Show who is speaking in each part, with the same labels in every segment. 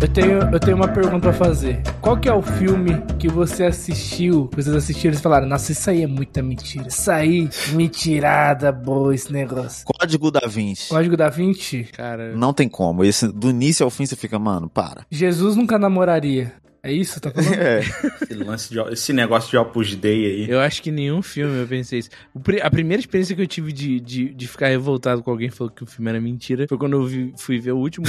Speaker 1: Eu tenho, eu tenho uma pergunta pra fazer. Qual que é o filme que você assistiu, que vocês assistiram e falaram, nossa, isso aí é muita mentira. Isso aí, mentirada boa esse negócio.
Speaker 2: Código da Vinci.
Speaker 1: Código da Vinci?
Speaker 3: Cara,
Speaker 2: Não tem como. Esse, do início ao fim você fica, mano, para.
Speaker 1: Jesus nunca namoraria. É isso? Tá falando?
Speaker 2: É.
Speaker 4: Esse, lance de, esse negócio de Opus Dei aí.
Speaker 3: eu acho que nenhum filme eu pensei isso. O pri- a primeira experiência que eu tive de, de, de ficar revoltado com alguém que falou que o filme era mentira foi quando eu vi- fui ver o último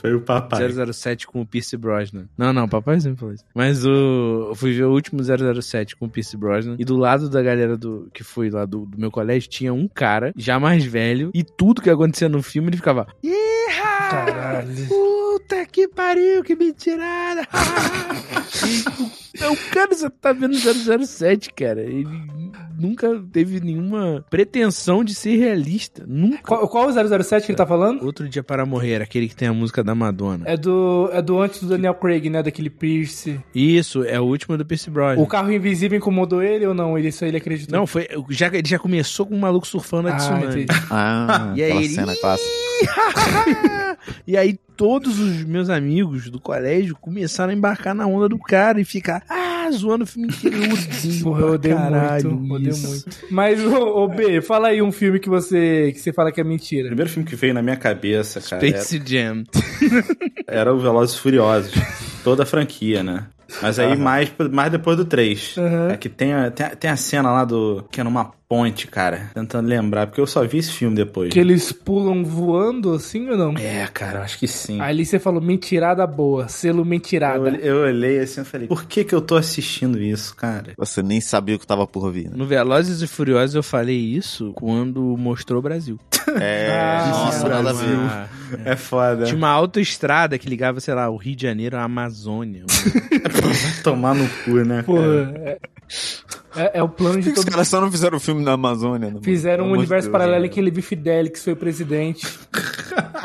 Speaker 4: Foi o papai.
Speaker 3: 007 com o Pierce Brosnan. Não, não, papai sempre falou isso. Mas o, eu fui ver o último 007 com o Pierce Brosnan e do lado da galera do que foi lá do, do meu colégio tinha um cara já mais velho e tudo que acontecia no filme ele ficava "Ihá!
Speaker 1: Caralho.
Speaker 3: Puta que pariu, que mentirada! o cara só tá vendo 007, cara. Ele nunca teve nenhuma pretensão de ser realista. Nunca.
Speaker 1: Qual, qual o 007 que ele tá falando?
Speaker 3: Outro Dia para Morrer, aquele que tem a música da Madonna.
Speaker 1: É do, é do antes do Daniel Craig, né? Daquele Pierce.
Speaker 3: Isso, é o tá- último do Pierce Brosnan.
Speaker 1: O carro invisível incomodou ele ou não? Ele, isso aí ele acreditou.
Speaker 3: Não, foi, já, ele já começou com um maluco surfando a
Speaker 1: ah,
Speaker 3: tsunami.
Speaker 1: entendi.
Speaker 2: Ah,
Speaker 3: E aí
Speaker 2: aquela
Speaker 3: ele-
Speaker 2: cena clássica.
Speaker 3: e aí todos os meus amigos do colégio começaram a embarcar na onda do cara e ficar, ah, zoando o filme inteiro. Eu odeio,
Speaker 1: Porra, eu
Speaker 3: pra
Speaker 1: odeio
Speaker 3: caralho
Speaker 1: muito, odeio
Speaker 3: isso.
Speaker 1: muito. Mas, ô, ô, B, fala aí um filme que você, que você fala que é
Speaker 4: O
Speaker 1: mentira.
Speaker 4: primeiro filme que veio na minha cabeça, cara, era,
Speaker 3: Space Jam.
Speaker 4: era o Velozes e Furiosos. Toda a franquia, né? Mas aí mais, mais depois do 3.
Speaker 1: Aham.
Speaker 4: É que tem a, tem, a, tem a cena lá do... Que é numa ponte, cara. Tentando lembrar, porque eu só vi esse filme depois.
Speaker 1: Que eles pulam voando assim ou não?
Speaker 4: É, cara, eu acho que sim.
Speaker 1: Ali você falou mentirada boa, selo
Speaker 4: Eu,
Speaker 1: mentirada.
Speaker 4: eu olhei assim e falei, por que que eu tô assistindo isso, cara?
Speaker 2: Você nem sabia o que tava por vir. né?
Speaker 3: No Velozes e Furiosos eu falei isso quando mostrou o Brasil.
Speaker 2: É,
Speaker 1: Ah,
Speaker 2: nossa, nada a ver.
Speaker 3: Ah,
Speaker 4: É foda.
Speaker 3: Tinha uma autoestrada que ligava, sei lá, o Rio de Janeiro à Amazônia.
Speaker 4: Vai tomar no cu, né,
Speaker 1: Pô,
Speaker 4: cara?
Speaker 1: é, é- é o plano
Speaker 2: Por que
Speaker 1: de
Speaker 2: que os
Speaker 1: todo
Speaker 2: caras só não fizeram o filme na Amazônia? né, mano?
Speaker 1: Fizeram um
Speaker 2: Pelo amor de
Speaker 1: universo
Speaker 2: Deus,
Speaker 1: paralelo
Speaker 2: né?
Speaker 1: em que ele viu Fidelix, foi o presidente.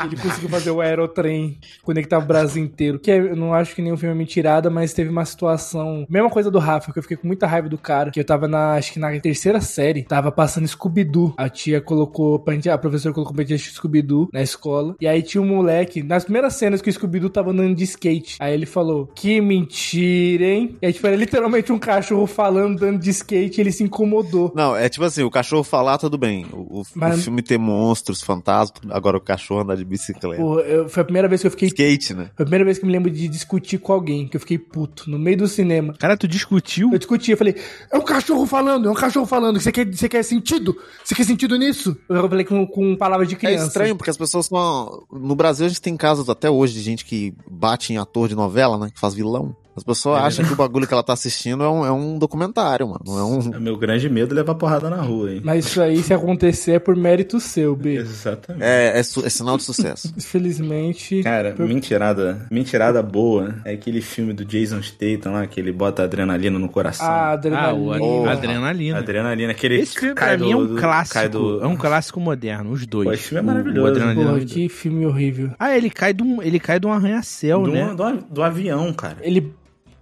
Speaker 1: ele conseguiu fazer o aerotrem, conectar o Brasil inteiro. Que eu não acho que nenhum filme é mentirada, mas teve uma situação. Mesma coisa do Rafa, que eu fiquei com muita raiva do cara. Que eu tava na, acho que na terceira série, tava passando Scooby-Doo. A tia colocou, pra gente- a professora colocou pra gente assistir Scooby-Doo na escola. E aí tinha um moleque, nas primeiras cenas que o Scooby-Doo tava andando de skate. Aí ele falou: Que mentira, hein? E aí, tipo, era literalmente um cachorro falando, andando de skate, e ele se incomodou.
Speaker 2: Não, é tipo assim, o cachorro falar, tudo bem. O, o-
Speaker 1: Mas-
Speaker 2: o filme ter monstros, fantasmas, agora o cachorro andar de bicicleta.
Speaker 1: Pô, eu- foi a primeira vez que eu fiquei.
Speaker 2: Skate, né?
Speaker 1: Foi a primeira vez que eu me lembro de discutir com alguém, que eu fiquei puto, no meio do cinema.
Speaker 3: Cara, tu discutiu?
Speaker 1: Eu discuti, eu falei, é um cachorro falando, é um cachorro falando, você quer, você quer sentido? Você quer sentido nisso? Eu falei com, com palavras de
Speaker 2: É
Speaker 1: criança.
Speaker 2: estranho, porque as pessoas são. No Brasil a gente tem casos até hoje de gente que bate em ator de novela, né? Que faz vilão. As pessoas
Speaker 3: É
Speaker 2: acham que o bagulho que ela tá assistindo é um, é um documentário, mano. Não é um.
Speaker 4: É Meu grande medo é levar porrada na rua, hein?
Speaker 1: Mas isso aí, se acontecer, é por mérito seu, B.
Speaker 4: Exatamente.
Speaker 2: É, é, su- é sinal de sucesso.
Speaker 1: Infelizmente.
Speaker 4: Cara, mentirada, mentirada boa é aquele filme do Jason Statham lá que ele bota adrenalina no coração.
Speaker 1: A
Speaker 3: Ah, o
Speaker 1: adrenalina.
Speaker 2: Porra.
Speaker 3: Adrenalina.
Speaker 4: Adrenalina, aquele
Speaker 3: Esse filme pra mim é um clássico.
Speaker 4: Cai do,
Speaker 3: É um clássico moderno, os dois.
Speaker 4: Pô, esse filme é
Speaker 3: O-
Speaker 4: maravilhoso.
Speaker 3: O Adrenalina.
Speaker 1: Porra, que filme horrível.
Speaker 3: Ah, ele cai de um, ele cai de um arranha-céu,
Speaker 4: do,
Speaker 3: né?
Speaker 4: do- do avião, cara.
Speaker 1: Ele,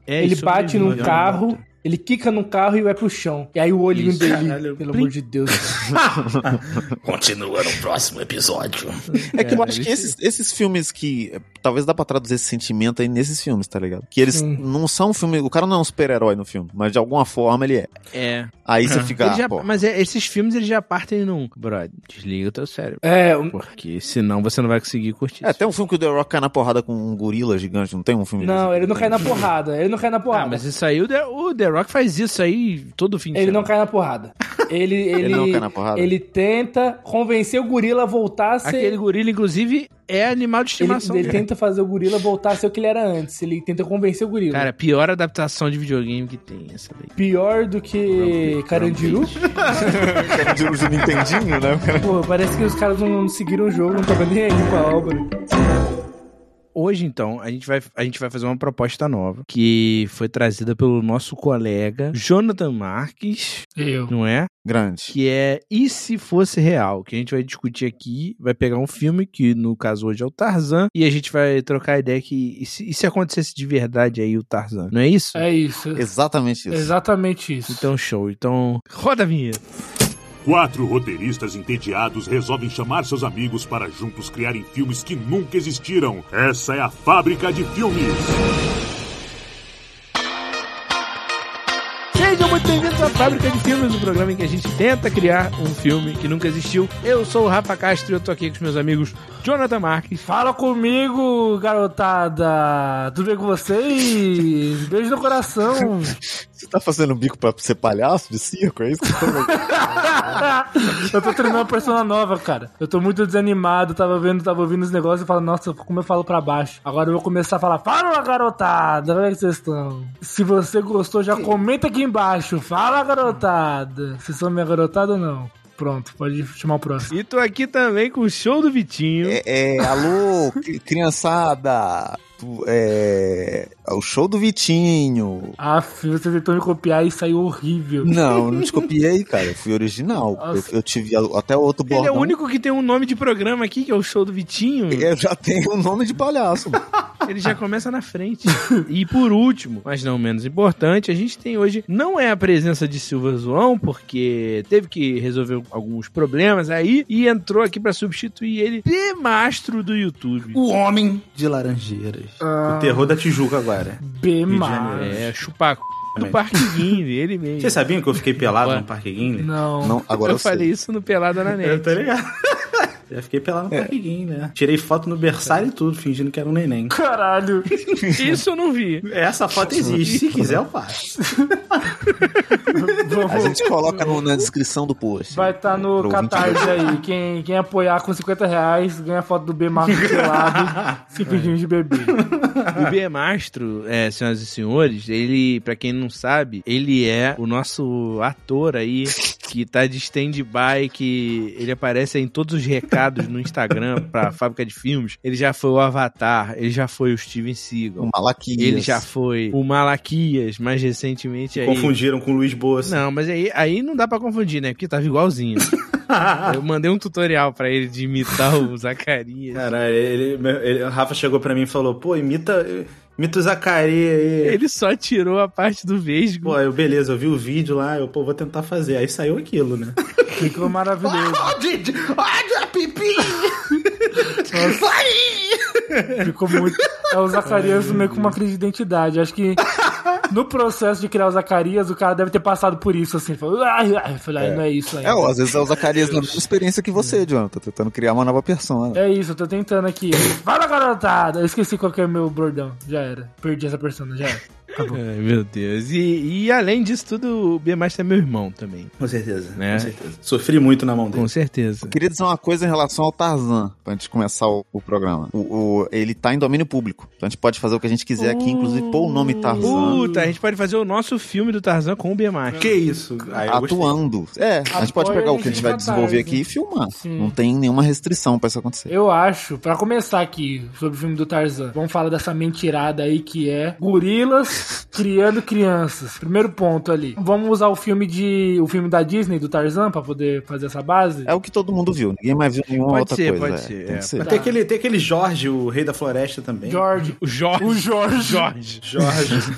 Speaker 3: É,
Speaker 1: ele
Speaker 3: isso
Speaker 1: bate
Speaker 3: mesmo,
Speaker 1: num
Speaker 3: né?
Speaker 1: carro, ele quica num carro e vai pro chão. E aí o olhinho
Speaker 3: Isso,
Speaker 1: dele,
Speaker 4: caralho.
Speaker 1: pelo amor de Deus.
Speaker 4: Continua no próximo episódio.
Speaker 2: É que eu
Speaker 3: Cara,
Speaker 2: acho que
Speaker 3: esse-
Speaker 2: esses, esses filmes que. eh, Talvez dá pra traduzir esse sentimento aí nesses filmes, tá ligado? Que eles
Speaker 1: Sim.
Speaker 2: não são um filme. O cara não é um super-herói no filme, mas de alguma forma ele é.
Speaker 3: É.
Speaker 2: Aí você
Speaker 3: Ele
Speaker 2: fica. ah,
Speaker 3: já-
Speaker 2: pô,
Speaker 3: mas é- esses filmes eles já partem num. Brother, desliga o teu cérebro.
Speaker 1: É, um-
Speaker 3: Porque senão você não vai conseguir curtir.
Speaker 2: É,
Speaker 3: isso.
Speaker 2: tem um filme que o The Rock cai na porrada com um gorila gigante, não tem um filme
Speaker 1: não,
Speaker 2: desse?
Speaker 1: ele não cai na porrada, ele não cai na porrada.
Speaker 3: Ah, mas isso aí, o The, o The Rock faz isso aí todo fim de
Speaker 1: Ele não
Speaker 3: semana.
Speaker 1: cai na porrada. Ele, ele,
Speaker 2: Ele não cai na porrada?
Speaker 1: Ele tenta convencer o gorila a voltar a ser.
Speaker 3: Aquele gorila, inclusive, é animal de
Speaker 1: ele,
Speaker 3: estimação.
Speaker 1: ele
Speaker 3: dele.
Speaker 1: tenta fazer o gorila voltar a ser o que ele era antes. Ele tenta convencer o gorila.
Speaker 3: Cara, pior adaptação de videogame que tem essa daí.
Speaker 1: Pior do que Carandiru.
Speaker 2: De um Nintendinho, né? O cara-
Speaker 1: Pô, parece que os caras não, não seguiram o jogo, não tava nem aí com a obra.
Speaker 3: Hoje, então, a gente, vai, a gente vai fazer uma proposta nova que foi trazida pelo nosso colega Jonathan Marques,
Speaker 1: Eu.
Speaker 3: não é?
Speaker 2: Grande.
Speaker 3: que é E se fosse real? Que a gente vai discutir aqui, vai pegar um filme, que no caso hoje é o Tarzan, e a gente vai trocar a ideia que e se, e se acontecesse de verdade aí o Tarzan, não é isso?
Speaker 1: É isso.
Speaker 2: Exatamente isso.
Speaker 1: Exatamente isso.
Speaker 3: Então show, então roda a vinheta.
Speaker 5: Quatro roteiristas entediados resolvem chamar seus amigos para juntos criarem filmes que nunca existiram. Essa é a fábrica de filmes.
Speaker 3: Sejam muito bem-vindos à Fábrica de Filmes, um programa em que a gente tenta criar um filme que nunca existiu. Eu sou o Rafa Castro e eu tô aqui com os meus amigos Jonathan Marques,
Speaker 1: Fala comigo, garotada! Tudo bem com vocês? Beijo no coração!
Speaker 2: Você tá fazendo bico pra ser palhaço de circo? É isso que você
Speaker 1: eu tô treinando uma persona nova, cara. Eu tô muito desanimado, tava vendo, tava ouvindo os negócios e falo, nossa, como eu falo pra baixo. Agora eu vou começar a falar, fala garotada, como é que vocês estão? Se você gostou, já comenta aqui embaixo. Fala garotada. Vocês são minha garotada ou não? Pronto, pode chamar o próximo.
Speaker 3: e tô aqui também com o show do Vitinho.
Speaker 2: é, é, alô, cri- criançada! Tu- é, é o show do Vitinho.
Speaker 1: Aff, você tentou me copiar e saiu horrível.
Speaker 2: Não, eu não te copiei, cara. Eu fui original. Eu,
Speaker 1: Nossa.
Speaker 2: eu tive a- até outro
Speaker 3: Ele
Speaker 2: bordão.
Speaker 3: é o único que tem um nome de programa aqui, que é o show do Vitinho.
Speaker 2: Eu já tenho o nome de palhaço.
Speaker 3: Ele já começa na frente. E por último, mas não menos importante, a gente tem hoje não é a presença de Silva Zoão, porque teve que resolver alguns problemas aí e entrou aqui pra substituir ele de mastro do YouTube.
Speaker 6: O homem de laranjeiras.
Speaker 3: Ah.
Speaker 4: O terror da Tijuca agora.
Speaker 1: B
Speaker 4: Rio de
Speaker 1: mais.
Speaker 4: Janeiro.
Speaker 3: É, chupar do Parque Guinle, ele mesmo.
Speaker 4: Vocês sabiam que eu fiquei pelado
Speaker 3: Ué.
Speaker 4: no Parque Guinle?
Speaker 1: Não.
Speaker 2: Não, agora eu,
Speaker 3: eu falei isso no Pelada na
Speaker 4: Eu tô
Speaker 3: Net.
Speaker 4: ligado. Já fiquei pelado
Speaker 3: É.
Speaker 4: no Parque Guinle, né? Tirei foto no berçário e tudo, fingindo que era um neném.
Speaker 1: Caralho.
Speaker 3: Isso eu não vi.
Speaker 4: Essa foto existe, se quiser eu passo.
Speaker 2: sei. A
Speaker 1: Vamos.
Speaker 2: gente coloca no- na descrição do post.
Speaker 1: Vai estar no
Speaker 2: Pro ouvinte
Speaker 1: Catarse aí. Quem, quem apoiar com 50 reais ganha foto do B Marco pelado
Speaker 2: É.
Speaker 1: se pedindo de bebê.
Speaker 3: O B Mastro, é, senhoras e senhores, ele, pra quem não sabe, ele é o nosso ator aí que tá de stand-by, que ele aparece aí em todos os recados no Instagram pra fábrica de filmes. Ele já foi o Avatar, ele já foi o Steven
Speaker 2: O
Speaker 3: Seagal,
Speaker 2: Malaquias.
Speaker 3: ele já foi o Malaquias, mais recentemente aí.
Speaker 4: Confundiram com o Luiz Boas.
Speaker 3: Não, mas aí, aí não dá pra confundir, né? Porque tava igualzinho. Eu mandei um tutorial pra ele de imitar o Zacarias.
Speaker 4: Caralho, ele, ele- o Rafa chegou pra mim e falou, pô, imita, imita o Zacarias aí.
Speaker 3: Ele só tirou a parte do vesgo.
Speaker 4: Pô, eu, beleza, eu vi o vídeo lá, eu, pô, vou tentar fazer. Aí saiu aquilo, né?
Speaker 1: Ficou é maravilhoso.
Speaker 6: Olha, pipi!
Speaker 1: Ficou muito. É o Zacarias meio com uma crise de identidade. Acho que no processo de criar o Zacarias, o cara deve ter passado por isso, assim. Falou, ai, ai. Eu Falei, ai, não é isso
Speaker 2: É,
Speaker 1: ainda.
Speaker 2: ó, às vezes é o Zacarias na mesma experiência que você, Jonathan. Tentando criar uma nova persona.
Speaker 1: É isso, eu tô tentando aqui. Fala, garotada! Eu esqueci qual que é o meu bordão. Já era. Perdi essa persona, já era. Acabou.
Speaker 3: Ai, É, meu Deus. E, e além disso tudo, o B Master é meu irmão também.
Speaker 4: Com certeza,
Speaker 3: Né?
Speaker 4: com certeza. Sofri muito na mão dele.
Speaker 3: Com certeza.
Speaker 2: Queria dizer uma coisa em relação ao Tarzan, pra gente começar o, o programa. O, o- ele tá em domínio público. Então a gente pode fazer o que a gente quiser aqui, inclusive pôr o
Speaker 3: Uh,
Speaker 2: nome Tarzan
Speaker 3: Puta, a gente pode fazer o nosso filme do Tarzan com o B Master.
Speaker 4: Que isso? Aí eu gostei.
Speaker 2: atuando. É, a gente pode
Speaker 1: Apoia
Speaker 2: pegar o
Speaker 1: a
Speaker 2: que a gente
Speaker 1: gente
Speaker 2: vai
Speaker 1: na
Speaker 2: desenvolver
Speaker 1: Tarzan.
Speaker 2: aqui e filmar.
Speaker 1: Sim.
Speaker 2: Não tem nenhuma restrição pra isso acontecer.
Speaker 1: Eu acho, pra começar aqui sobre o filme do Tarzan, vamos falar dessa mentirada aí que é gorilas criando crianças. Primeiro ponto ali. Vamos usar o filme de o filme da Disney do Tarzan pra poder fazer essa base?
Speaker 2: É o que todo mundo viu. Ninguém mais viu nenhuma
Speaker 3: Pode
Speaker 2: outra
Speaker 3: ser,
Speaker 2: coisa. é.
Speaker 3: pode ser,
Speaker 2: Tem
Speaker 3: é.
Speaker 2: que ser.
Speaker 4: Mas Tem aquele, tem aquele Jorge, o rei da floresta também.
Speaker 1: George.
Speaker 3: O Jorge.
Speaker 1: O Jorge.
Speaker 3: Jorge.
Speaker 4: Jorge.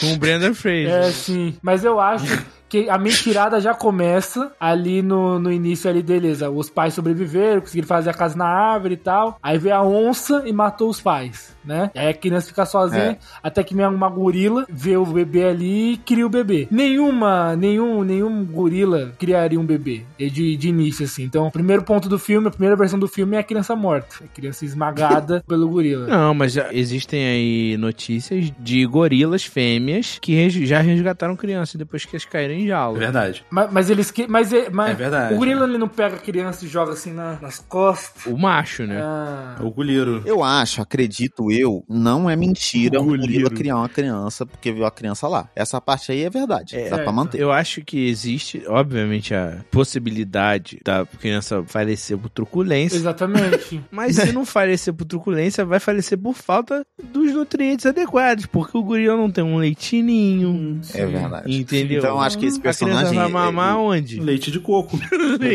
Speaker 3: Com o Brandon Fraser.
Speaker 1: É, sim. Mas eu acho que a mentirada já começa ali no, no início ali, beleza. Os pais sobreviveram, conseguiram fazer a casa na árvore e tal. Aí veio a onça e matou os pais, né? Aí a criança fica sozinha,
Speaker 2: É.
Speaker 1: até que vem uma gorila, vê o bebê ali e cria o bebê. Nenhuma, nenhum, nenhum gorila criaria um bebê é de, de início, assim. Então, o primeiro ponto do filme, a primeira versão do filme é a criança morta. A criança esmagada pelo gorila.
Speaker 3: Não, mas já existem aí notícias de gorilas fêmeas que res- já resgataram crianças depois que elas caíram em
Speaker 4: É
Speaker 3: jaula.
Speaker 4: verdade.
Speaker 1: Mas, mas eles que. Mas, é- mas
Speaker 4: É verdade,
Speaker 1: O gorila ele não pega a criança e joga assim na- nas costas.
Speaker 3: O macho,
Speaker 2: É.
Speaker 3: né?
Speaker 1: Ah,
Speaker 4: O Guliro.
Speaker 2: Eu acho, acredito eu, não é mentira um
Speaker 3: Goleiro.
Speaker 2: gorila criar uma criança porque viu a criança lá. Essa parte aí é verdade.
Speaker 3: É.
Speaker 2: Dá pra manter.
Speaker 3: Eu acho que existe, obviamente, a possibilidade da criança falecer por truculência.
Speaker 1: exatamente.
Speaker 3: Mas se não falecer por truculência, vai falecer por falta dos nutrientes adequados, porque o gorila não tem um
Speaker 1: Hum.
Speaker 3: leitinho,
Speaker 2: É verdade.
Speaker 3: entendeu?
Speaker 2: Então eu acho que esse personagem.
Speaker 3: A criança vai mamar
Speaker 2: é-
Speaker 3: onde?
Speaker 4: Leite de coco.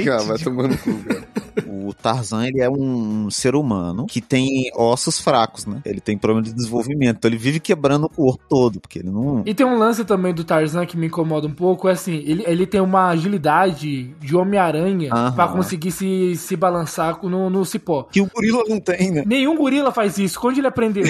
Speaker 2: Cara, vai tomando cu, cara. O o Tarzan, ele é um ser humano que tem ossos fracos, né? Ele tem problema de desenvolvimento. Então ele vive quebrando o corpo todo, porque ele não.
Speaker 1: E tem um lance também do Tarzan que me incomoda um pouco, é assim, ele, ele tem uma agilidade de Homem-Aranha
Speaker 2: Aham.
Speaker 1: pra conseguir se, se balançar com- no, no cipó.
Speaker 2: Que o gorila não tem, né?
Speaker 1: Nenhum gorila faz isso. Onde ele aprendeu?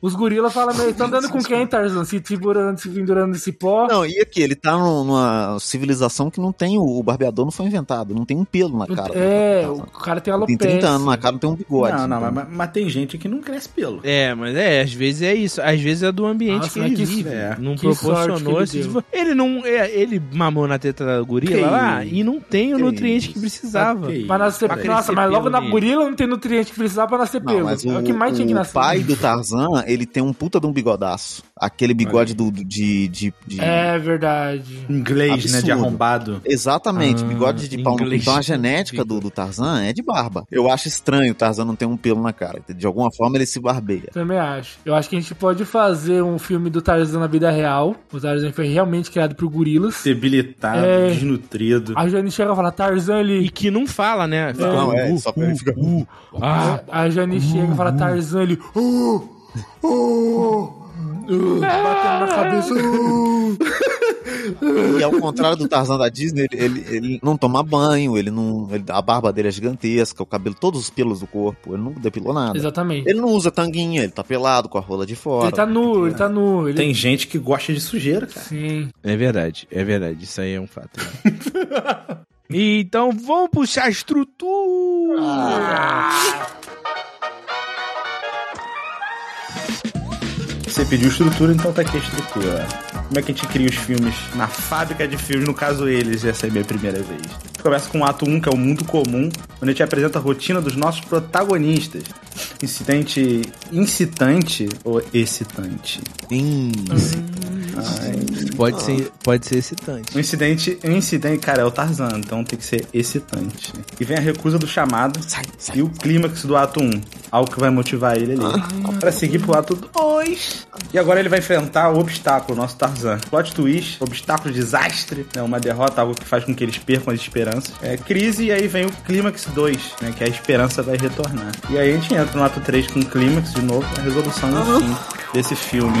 Speaker 1: Os gorila falam, "Meu, tá andando com quem, Tarzan? Se segurando, se pendurando esse pó.
Speaker 2: Não, e aqui, ele tá num- numa civilização que não tem o, o barbeador, não foi inventado, não tem um pelo na cara.
Speaker 1: é,
Speaker 2: do
Speaker 1: o
Speaker 2: Tarzan.
Speaker 1: cara tem
Speaker 2: tem
Speaker 1: alopecia.
Speaker 2: 30 anos na cara, não tem um bigode.
Speaker 4: Não, não,
Speaker 2: então.
Speaker 4: mas, mas tem gente que não cresce pelo.
Speaker 3: É, mas é, às vezes é isso. Às vezes é do ambiente
Speaker 1: Nossa,
Speaker 3: que
Speaker 1: mas
Speaker 3: ele
Speaker 1: que-
Speaker 3: vive.
Speaker 4: é.
Speaker 3: Não
Speaker 1: que sorte que
Speaker 3: proporcionou.
Speaker 1: ele
Speaker 3: esse
Speaker 1: deu.
Speaker 3: tipo- ele, não. é, ele mamou na teta da gorila
Speaker 4: Que
Speaker 3: lá
Speaker 4: isso.
Speaker 3: e não tem o
Speaker 2: Que
Speaker 3: nutriente que
Speaker 2: isso. Ah,
Speaker 3: precisava.
Speaker 4: Ok.
Speaker 1: Pra nascer,
Speaker 3: Pra
Speaker 1: nossa,
Speaker 3: crescer
Speaker 1: mas logo
Speaker 3: pelo
Speaker 1: na
Speaker 3: nele.
Speaker 1: gorila não tem nutriente que precisava pra nascer
Speaker 2: Não,
Speaker 1: pelo.
Speaker 2: mas
Speaker 1: é o que mais tinha que nascer.
Speaker 2: pai do Tarzan, ele tem um puta de um bigodaço. Aquele bigode do, do- de, de, de-
Speaker 1: É verdade.
Speaker 4: Inglês, né?
Speaker 2: Absurdo.
Speaker 4: De arrombado.
Speaker 2: Exatamente,
Speaker 3: Ah,
Speaker 2: bigode de pau. no cu.
Speaker 3: inglês.
Speaker 2: Então a genética do, do Tarzan é de barba. Eu acho estranho o Tarzan não ter um pelo na cara. De alguma forma ele se barbeia.
Speaker 1: Também acho. Eu acho que a gente pode fazer um filme do Tarzan na vida real. O Tarzan foi realmente criado por gorilas.
Speaker 4: Debilitado,
Speaker 1: É.
Speaker 4: desnutrido.
Speaker 1: A Jane chega e fala, Tarzan, ele...
Speaker 3: E que não fala, né? Fica,
Speaker 2: Não, é,
Speaker 3: uh,
Speaker 2: só pra ele ficar-
Speaker 3: uh, ah,
Speaker 1: A Jane chega e fala, Tarzan, ele... "Oh, oh, oh", batendo na cabeça.
Speaker 2: E ao contrário do Tarzan da Disney, ele, ele, ele não toma banho, ele não. ele- a barba dele é gigantesca, o cabelo, todos os pelos do corpo, ele não depilou nada.
Speaker 1: Exatamente.
Speaker 2: Ele não usa tanguinha, ele tá pelado com a rola de fora.
Speaker 1: Ele tá nu, ele tá nu. Ele...
Speaker 4: Tem gente que gosta de sujeira, cara.
Speaker 1: Sim.
Speaker 3: É verdade, é verdade. Isso aí é um fato. então vamos puxar a estrutura.
Speaker 4: Você pediu estrutura, então tá aqui a estrutura. Como é que a gente cria os filmes? Na fábrica de filmes, no caso eles, essa é a minha primeira vez. Começa com o ato 1, que é o mundo comum, onde a gente apresenta a rotina dos nossos protagonistas. Incidente incitante ou excitante?
Speaker 2: Hum,
Speaker 3: Pode ser, pode ser excitante.
Speaker 4: Um incidente, um incidente, cara, é o Tarzan, então tem que ser excitante. E vem a recusa do chamado e o clímax do ato 1, algo que vai motivar ele ali, Pra seguir pro ato 2. E agora ele vai enfrentar o obstáculo, o nosso Tarzan. Plot twist, obstáculo, desastre, né, uma derrota, algo que faz com que eles percam as esperanças. É crise e aí vem o clímax 2, né, que a esperança vai retornar. E aí a gente entra no ato 3 com o clímax de novo, a resolução no fim desse filme.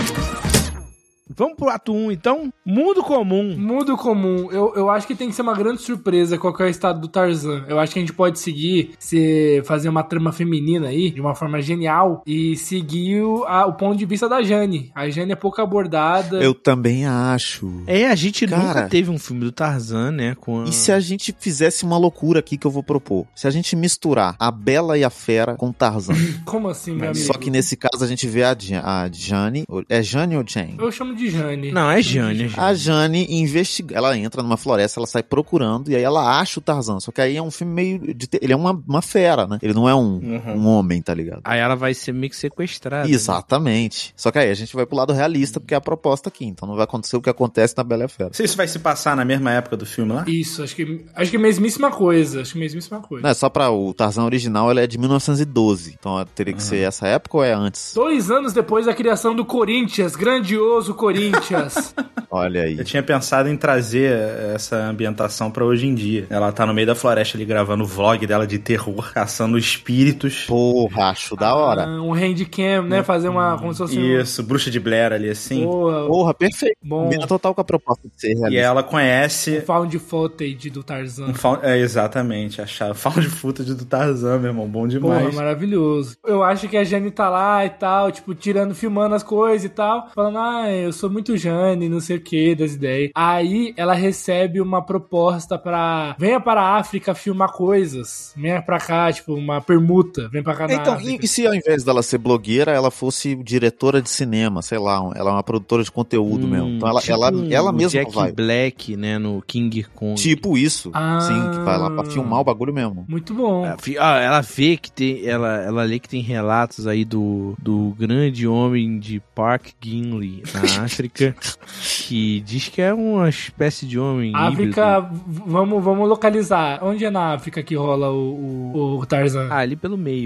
Speaker 3: Vamos pro ato 1, então. Mundo comum.
Speaker 1: Mundo comum, eu, eu acho que tem que ser uma grande surpresa qual que é o estado do Tarzan. Eu acho que a gente pode seguir, se fazer uma trama feminina aí, de uma forma genial, e seguir o, a- o ponto de vista da Jane. A Jane é pouco abordada.
Speaker 2: eu também acho.
Speaker 3: É, a gente
Speaker 2: Cara. é
Speaker 3: nunca teve um filme do Tarzan, né? Com a...
Speaker 2: E se a gente fizesse uma loucura aqui que eu vou propor? Se a gente misturar a Bela e a Fera com Tarzan.
Speaker 1: Como assim, meu amigo?
Speaker 2: Só que nesse caso a gente vê a, Ja- a Jane. É Jane ou Jane?
Speaker 1: Eu chamo de Jane.
Speaker 3: Não, é Jane. é Jane.
Speaker 2: A Jane investiga. Ela entra numa floresta, ela sai procurando e aí ela acha o Tarzan. Só que aí é um filme meio. de te- Ele é uma, uma fera, né? Ele não é um,
Speaker 4: Uhum.
Speaker 2: um homem, tá ligado?
Speaker 3: Aí ela vai ser meio que
Speaker 1: Ah,
Speaker 3: sequestrada. né?
Speaker 2: Exatamente. Só que aí a gente vai pro lado realista, porque é a proposta aqui. Então não vai acontecer o que acontece na Bela e a Fera.
Speaker 4: Não sei se vai se passar na mesma época do filme lá.
Speaker 1: Isso, acho que, acho que é a mesmíssima coisa. Acho que é a mesmíssima coisa.
Speaker 2: Não, é só pra o Tarzan original, ele é de 1912. Então teria que ser
Speaker 1: Ah.
Speaker 2: essa época ou é antes?
Speaker 1: Dois anos depois da criação do Corinthians, grandioso Corinthians.
Speaker 2: Olha aí.
Speaker 1: É tipo-
Speaker 4: Eu tinha pensado em trazer eh, essa ambientação pra hoje em dia. Ela tá no meio da floresta ali gravando o vlog dela de terror, caçando espíritos.
Speaker 2: Porra, acho da hora.
Speaker 1: Ah, um handcam, né? Fazer uma. Como se fosse um-
Speaker 4: Isso, bruxa de Blair ali assim.
Speaker 1: Boa,
Speaker 2: Porra, perfeito.
Speaker 1: bom.
Speaker 2: Combina total com a proposta de ser
Speaker 4: E
Speaker 2: realista.
Speaker 4: ela conhece.
Speaker 1: um Found footage do Tarzan.
Speaker 4: Um fau- é, exatamente, achar fala de footage do Tarzan, meu irmão, bom
Speaker 1: Porra,
Speaker 4: demais.
Speaker 1: maravilhoso. Eu acho que a Jane tá lá e tal, tipo, tirando, filmando as coisas e tal, falando, ah, eu sou muito Jane, não sei o que, das ideias. Aí ela recebe uma proposta pra. Venha para a África filmar coisas. Venha pra cá, tipo, uma permuta. Vem pra cá na
Speaker 2: Então, e,
Speaker 1: África.
Speaker 2: e se ao invés dela ser blogueira, ela fosse diretora de cinema, sei lá, um- ela é uma produtora de conteúdo
Speaker 3: Hum,
Speaker 2: mesmo. Então ela,
Speaker 3: tipo
Speaker 2: ela, ela
Speaker 3: o
Speaker 2: mesma
Speaker 3: Jack
Speaker 2: vai.
Speaker 3: Black, né? No King Kong.
Speaker 2: Tipo isso.
Speaker 1: Ah.
Speaker 2: Sim, que vai lá pra filmar o bagulho mesmo.
Speaker 1: Muito bom.
Speaker 2: É,
Speaker 3: Ela fi- ah, Ela vê que tem. Ela, ela lê que tem relatos aí do, do grande homem de Park Ginley na África. que diz que é uma espécie de homem.
Speaker 1: África,
Speaker 3: híbrido.
Speaker 1: v- vamos, vamos localizar. Onde é na África que rola o, o- o Tarzan?
Speaker 3: Ah, ali pelo meio.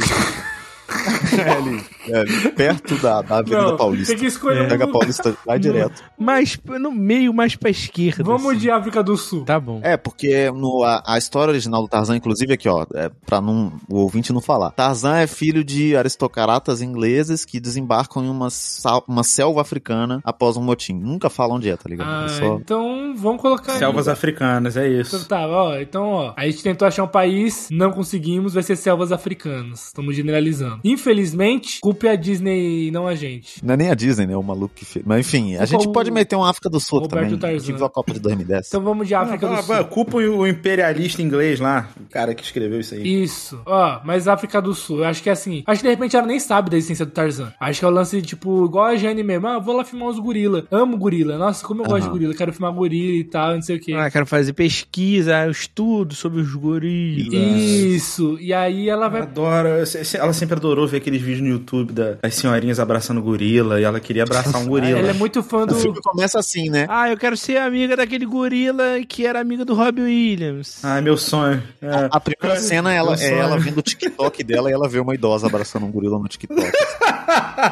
Speaker 2: É ali, é ali, perto da, da Avenida
Speaker 1: Não,
Speaker 2: Paulista.
Speaker 1: Tem que escolher um
Speaker 2: Pega a
Speaker 1: lugar.
Speaker 2: Paulista, vai direto.
Speaker 3: Mais p- no meio, mais pra esquerda.
Speaker 1: Vamos
Speaker 3: assim.
Speaker 1: de África do Sul.
Speaker 3: Tá bom.
Speaker 2: É, porque no, a, a história original do Tarzan, inclusive, aqui, ó, é pra não, o ouvinte não falar. Tarzan é filho de aristocratas ingleses que desembarcam em uma, sal- uma selva africana após um motim. Nunca falam onde é, tá ligado?
Speaker 1: Ah,
Speaker 2: É só...
Speaker 1: então vamos colocar aí.
Speaker 4: Selvas africanas, é
Speaker 1: Então
Speaker 4: isso.
Speaker 1: tá, ó, então ó, a gente tentou achar um país, não conseguimos, vai ser selvas africanas. Estamos generalizando. Infelizmente, culpe a Disney e não a gente.
Speaker 2: Não é nem a Disney, né? O maluco que fez. Mas enfim, a
Speaker 1: Opa,
Speaker 2: gente
Speaker 1: o-
Speaker 2: pode meter um África do Sul
Speaker 1: Roberto
Speaker 2: também.
Speaker 1: Tarzan.
Speaker 2: Que viu a Copa de 2010.
Speaker 1: Então vamos de África
Speaker 4: Ah,
Speaker 1: do Sul.
Speaker 4: ah, Culpa o imperialista inglês lá, o cara que escreveu isso aí.
Speaker 1: Isso. Ó, mas África do Sul, eu acho que é assim. Acho que de repente ela nem sabe da existência do Tarzan. Acho que é o lance, tipo, igual a Jane mesmo. Ah, vou lá filmar os gorila. Amo gorila. Nossa, como eu gosto de
Speaker 2: Aham.
Speaker 1: gorila. Quero filmar gorila e tal, não sei o quê.
Speaker 3: Ah, quero fazer pesquisa, eu estudo sobre os gorilas.
Speaker 1: Isso. E aí ela vai.
Speaker 4: Adoro. eu se- se- Ela sempre adorou ver aqueles vídeos no YouTube da- das senhorinhas abraçando gorila e ela queria abraçar um gorila.
Speaker 1: Ela é muito fã
Speaker 2: O
Speaker 1: do.
Speaker 2: filme começa assim, né?
Speaker 3: Ah, eu quero ser amiga daquele gorila que era amiga do Robbie Williams.
Speaker 4: Ai, Ah, meu sonho.
Speaker 1: Ah,
Speaker 4: É.
Speaker 2: A primeira cena ela,
Speaker 4: Eu
Speaker 2: é
Speaker 4: sou-
Speaker 2: ela vendo o TikTok dela e ela vê uma idosa abraçando um gorila no TikTok.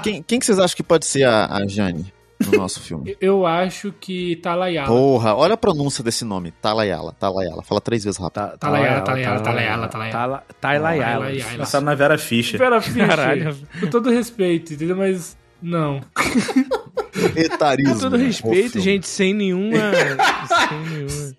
Speaker 2: quem, quem que vocês acham que pode ser a, a Jane no nosso filme?
Speaker 1: Eu acho que Talayala.
Speaker 2: Porra, olha a pronúncia desse nome. Talayala, Talayala. Fala três vezes rápido.
Speaker 3: Tá,
Speaker 1: Talayala, Talayala, Talayala,
Speaker 3: Talayala.
Speaker 1: Talayala.
Speaker 3: Talayala.
Speaker 4: Pensava na Vera Fischer.
Speaker 1: Pera, Fischer.
Speaker 3: Caralho.
Speaker 1: Tipo, Com todo respeito, entendeu? Mas. Não.
Speaker 2: Etarismo.
Speaker 3: Com todo
Speaker 2: né? O
Speaker 3: respeito,
Speaker 2: filme.
Speaker 3: gente, sem nenhuma. sem nenhuma.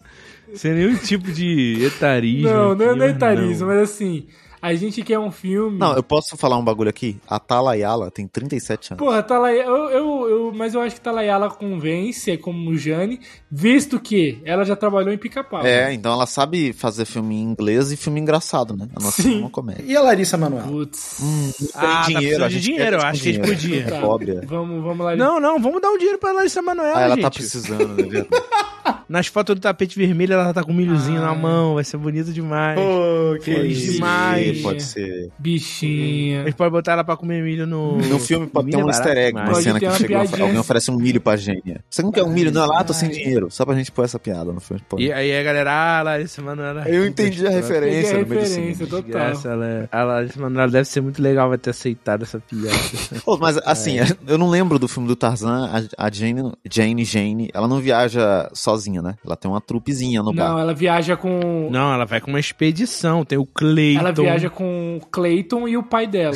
Speaker 3: Sem nenhum tipo de etarismo.
Speaker 1: Não, não é
Speaker 3: aqui,
Speaker 1: nem etarismo,
Speaker 3: não.
Speaker 1: mas assim. A gente quer um filme.
Speaker 2: Não, eu posso falar um bagulho aqui? A Talayala tem 37 anos.
Speaker 1: Porra, Talayala, eu, eu, eu- mas eu acho que tá Talayala convence é como Jane, visto que ela já trabalhou em pica-pau.
Speaker 2: É, então ela sabe fazer filme em inglês e filme engraçado, né? A nossa
Speaker 1: Sim.
Speaker 2: é uma comédia.
Speaker 4: E a Larissa Manoel?
Speaker 1: Putz.
Speaker 2: Hum.
Speaker 3: Ah, tá precisando
Speaker 2: a
Speaker 3: de
Speaker 2: gente
Speaker 3: dinheiro,
Speaker 2: quer
Speaker 3: eu acho que a gente
Speaker 2: dinheiro.
Speaker 1: podia.
Speaker 2: É pobre. é.
Speaker 1: Vamos, vamos lá.
Speaker 3: Não, não, vamos dar um dinheiro pra Larissa Manoela,
Speaker 2: Ah, ela
Speaker 3: gente.
Speaker 2: tá precisando, né? verdade?
Speaker 3: Nas fotos do tapete vermelho, ela tá com um milhozinho
Speaker 1: Ah.
Speaker 3: na mão, vai ser bonito demais.
Speaker 4: Pô, que
Speaker 2: Pode
Speaker 4: isso.
Speaker 1: demais.
Speaker 2: ser, Pode ser.
Speaker 3: A
Speaker 1: Bichinha.
Speaker 3: gente pode botar ela pra comer milho no.
Speaker 2: No filme pode ter
Speaker 3: Milho
Speaker 2: um
Speaker 3: é barato
Speaker 2: easter egg,
Speaker 3: demais.
Speaker 2: uma
Speaker 1: Pode ter
Speaker 2: cena que
Speaker 1: uma
Speaker 2: chega
Speaker 1: piadinha.
Speaker 2: alguém oferece um milho pra gênia. Você não quer um milho? Não, lá tô sem dinheiro. Só pra gente pôr essa piada no filme. Pô.
Speaker 3: E aí a galera, ah, Larissa Manoela.
Speaker 2: Eu entendi a
Speaker 1: Peguei
Speaker 2: É referência
Speaker 1: a
Speaker 2: no meio do
Speaker 1: referência
Speaker 2: cinema.
Speaker 1: total.
Speaker 3: Desgraça, ela- é- A Larissa Manoela deve ser muito legal, vai ter aceitado essa piada.
Speaker 2: Pô, mas assim, eu não lembro do filme do Tarzan, a, a Jane, Jane, Jane, ela não viaja sozinha, né? Ela tem uma trupezinha no
Speaker 1: Não,
Speaker 2: bar.
Speaker 1: ela viaja com.
Speaker 3: Não, ela vai com uma expedição, tem o Cleiton.
Speaker 1: ela viaja com o Clayton e o pai dela.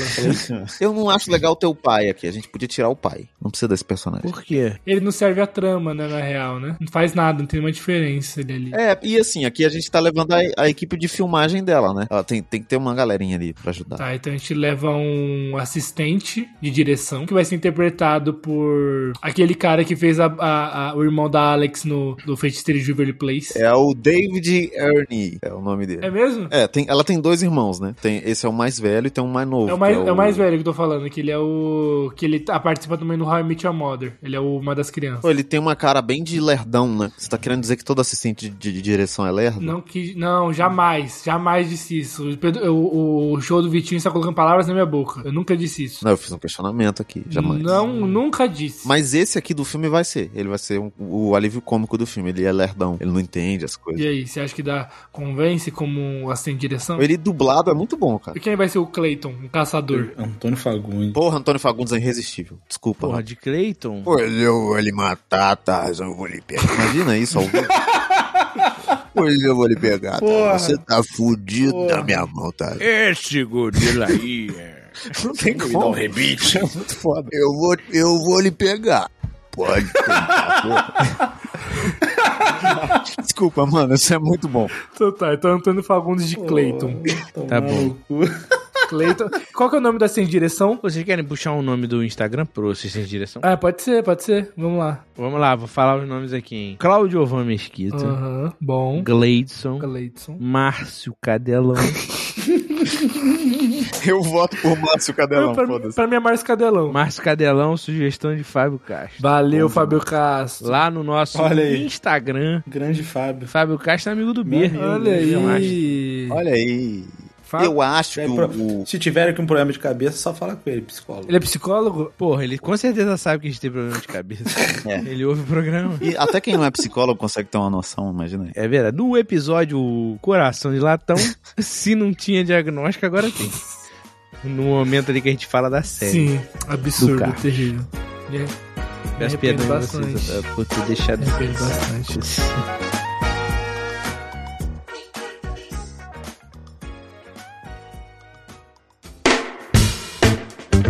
Speaker 2: Eu não acho legal ter o pai aqui. A gente podia tirar o pai. Não precisa desse personagem.
Speaker 3: Por quê?
Speaker 1: Ele não serve a trama, né, na real, né? Não faz nada, não tem uma diferença ele ali.
Speaker 2: É, e assim, aqui a gente tá levando a, a equipe de filmagem dela, né? Ela tem, tem que ter uma galerinha ali pra ajudar.
Speaker 1: Tá, então a gente leva um assistente de direção que vai ser interpretado por aquele cara que fez a- a- a- o irmão da Alex no, no Feiticeiro de Waverly Place.
Speaker 2: É o David Ernie, é o nome dele.
Speaker 1: É mesmo?
Speaker 2: É, tem, ela tem dois irmãos, né? Tem, esse é o mais velho e tem um mais novo.
Speaker 1: É o, mais,
Speaker 2: que
Speaker 1: é o mais velho que eu tô falando, que ele é o. que ele tá- participa também no How I Met Your Mother. Ele é o- uma das crianças.
Speaker 2: Pô, ele tem uma cara bem de lerdão, né? Você tá querendo dizer que todo assistente de, de direção é lerdo?
Speaker 1: Não que. Não, jamais. Jamais disse isso. O Pedro- o, o show do Vitinho está colocando palavras na minha boca. Eu nunca disse isso.
Speaker 2: Não, eu fiz um questionamento aqui, jamais.
Speaker 1: Não, nunca disse.
Speaker 2: Mas esse aqui do filme vai ser. Ele vai ser um- o alívio cômico do filme. Ele é lerdão, ele não entende as coisas.
Speaker 1: E aí, você acha que dá convence como um assistente de direção?
Speaker 2: Ele dublado é muito bom, cara.
Speaker 1: E quem vai ser o Clayton, um caçador?
Speaker 4: Antônio Fagundes.
Speaker 2: Porra, Antônio Fagundes é irresistível. Desculpa.
Speaker 3: Porra, de Cleiton?
Speaker 2: Pô, eu vou lhe matar, Tarzan, eu vou lhe pegar. Imagina isso ao vivo. Pois eu vou lhe pegar, Tarzan. Você tá fudido na minha mão, Tarzan.
Speaker 3: Esse gorila aí. é-
Speaker 2: Não tem
Speaker 4: Me dá um rebite.
Speaker 2: Eu vou, eu vou lhe pegar. Pode tentar, porra. Desculpa, mano, isso é muito bom.
Speaker 1: Então tá, então Antônio Fagundes Oh, de Clayton.
Speaker 3: Tá bom.
Speaker 1: Clayton. Qual que é o nome da sem direção?
Speaker 3: Vocês querem puxar o nome do Instagram pro assistente de direção?
Speaker 1: Ah, pode ser, pode ser. Vamos lá.
Speaker 3: Vamos lá, vou falar os nomes aqui, hein? Cláudio Ovan Mesquita,
Speaker 1: Aham, bom.
Speaker 3: Gleidson,
Speaker 1: Clayton.
Speaker 3: Márcio Cadelão.
Speaker 2: Eu voto por Márcio Cadelão,
Speaker 1: pra, mim-
Speaker 2: foda-se.
Speaker 1: pra mim é Márcio Cadelão.
Speaker 3: Márcio Cadelão, sugestão de Fábio Castro.
Speaker 1: Valeu, Fábio Castro.
Speaker 3: Lá no nosso
Speaker 4: Olha aí.
Speaker 3: Instagram,
Speaker 4: Grande Fábio.
Speaker 3: Fábio Castro é amigo do né? B.
Speaker 1: Olha aí.
Speaker 2: Olha aí.
Speaker 1: Fábio-
Speaker 2: Eu acho que
Speaker 4: É, pro-
Speaker 2: o. o-
Speaker 4: Se tiverem com um problema de cabeça, só fala com ele, psicólogo.
Speaker 1: Ele é psicólogo?
Speaker 3: Porra, ele com certeza sabe que a gente tem problema de cabeça.
Speaker 2: É.
Speaker 3: Ele ouve o programa.
Speaker 2: E até quem não é psicólogo consegue ter uma noção, imagina aí.
Speaker 3: É verdade. No episódio Coração de Latão, se não tinha diagnóstico, agora tem. no momento ali que a gente fala da série.
Speaker 1: Sim,
Speaker 3: Do
Speaker 1: absurdo,
Speaker 3: carro.
Speaker 1: terrível. Me
Speaker 3: Me
Speaker 1: arrependo
Speaker 3: arrependo
Speaker 1: bastante.
Speaker 3: Vocês, por ter deixado
Speaker 1: Me arrependo bastante.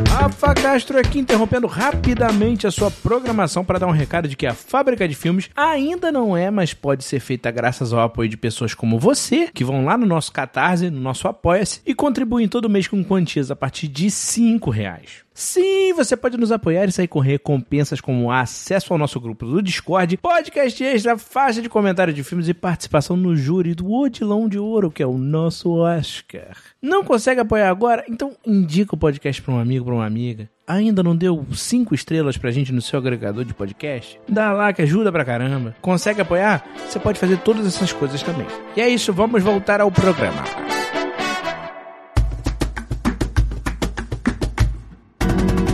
Speaker 3: Rafa Castro aqui interrompendo rapidamente a sua programação para dar um recado de que a Fábrica de Filmes ainda não é, mas pode ser feita graças ao apoio de pessoas como você, que vão lá no nosso Catarse, no nosso Apoia-se e contribuem todo mês com quantias a partir de R$ reais. Sim, você pode nos apoiar e sair com recompensas como acesso ao nosso grupo do Discord, podcast extra, faixa de comentário de filmes e participação no júri do Odilão de Ouro, que é o nosso Oscar. Não consegue apoiar agora? Então indica o podcast para um amigo, para uma amiga. Ainda não deu cinco estrelas pra gente no seu agregador de podcast? Dá lá que ajuda pra caramba. Consegue apoiar? Você pode fazer todas essas coisas também. E é isso, vamos voltar ao programa.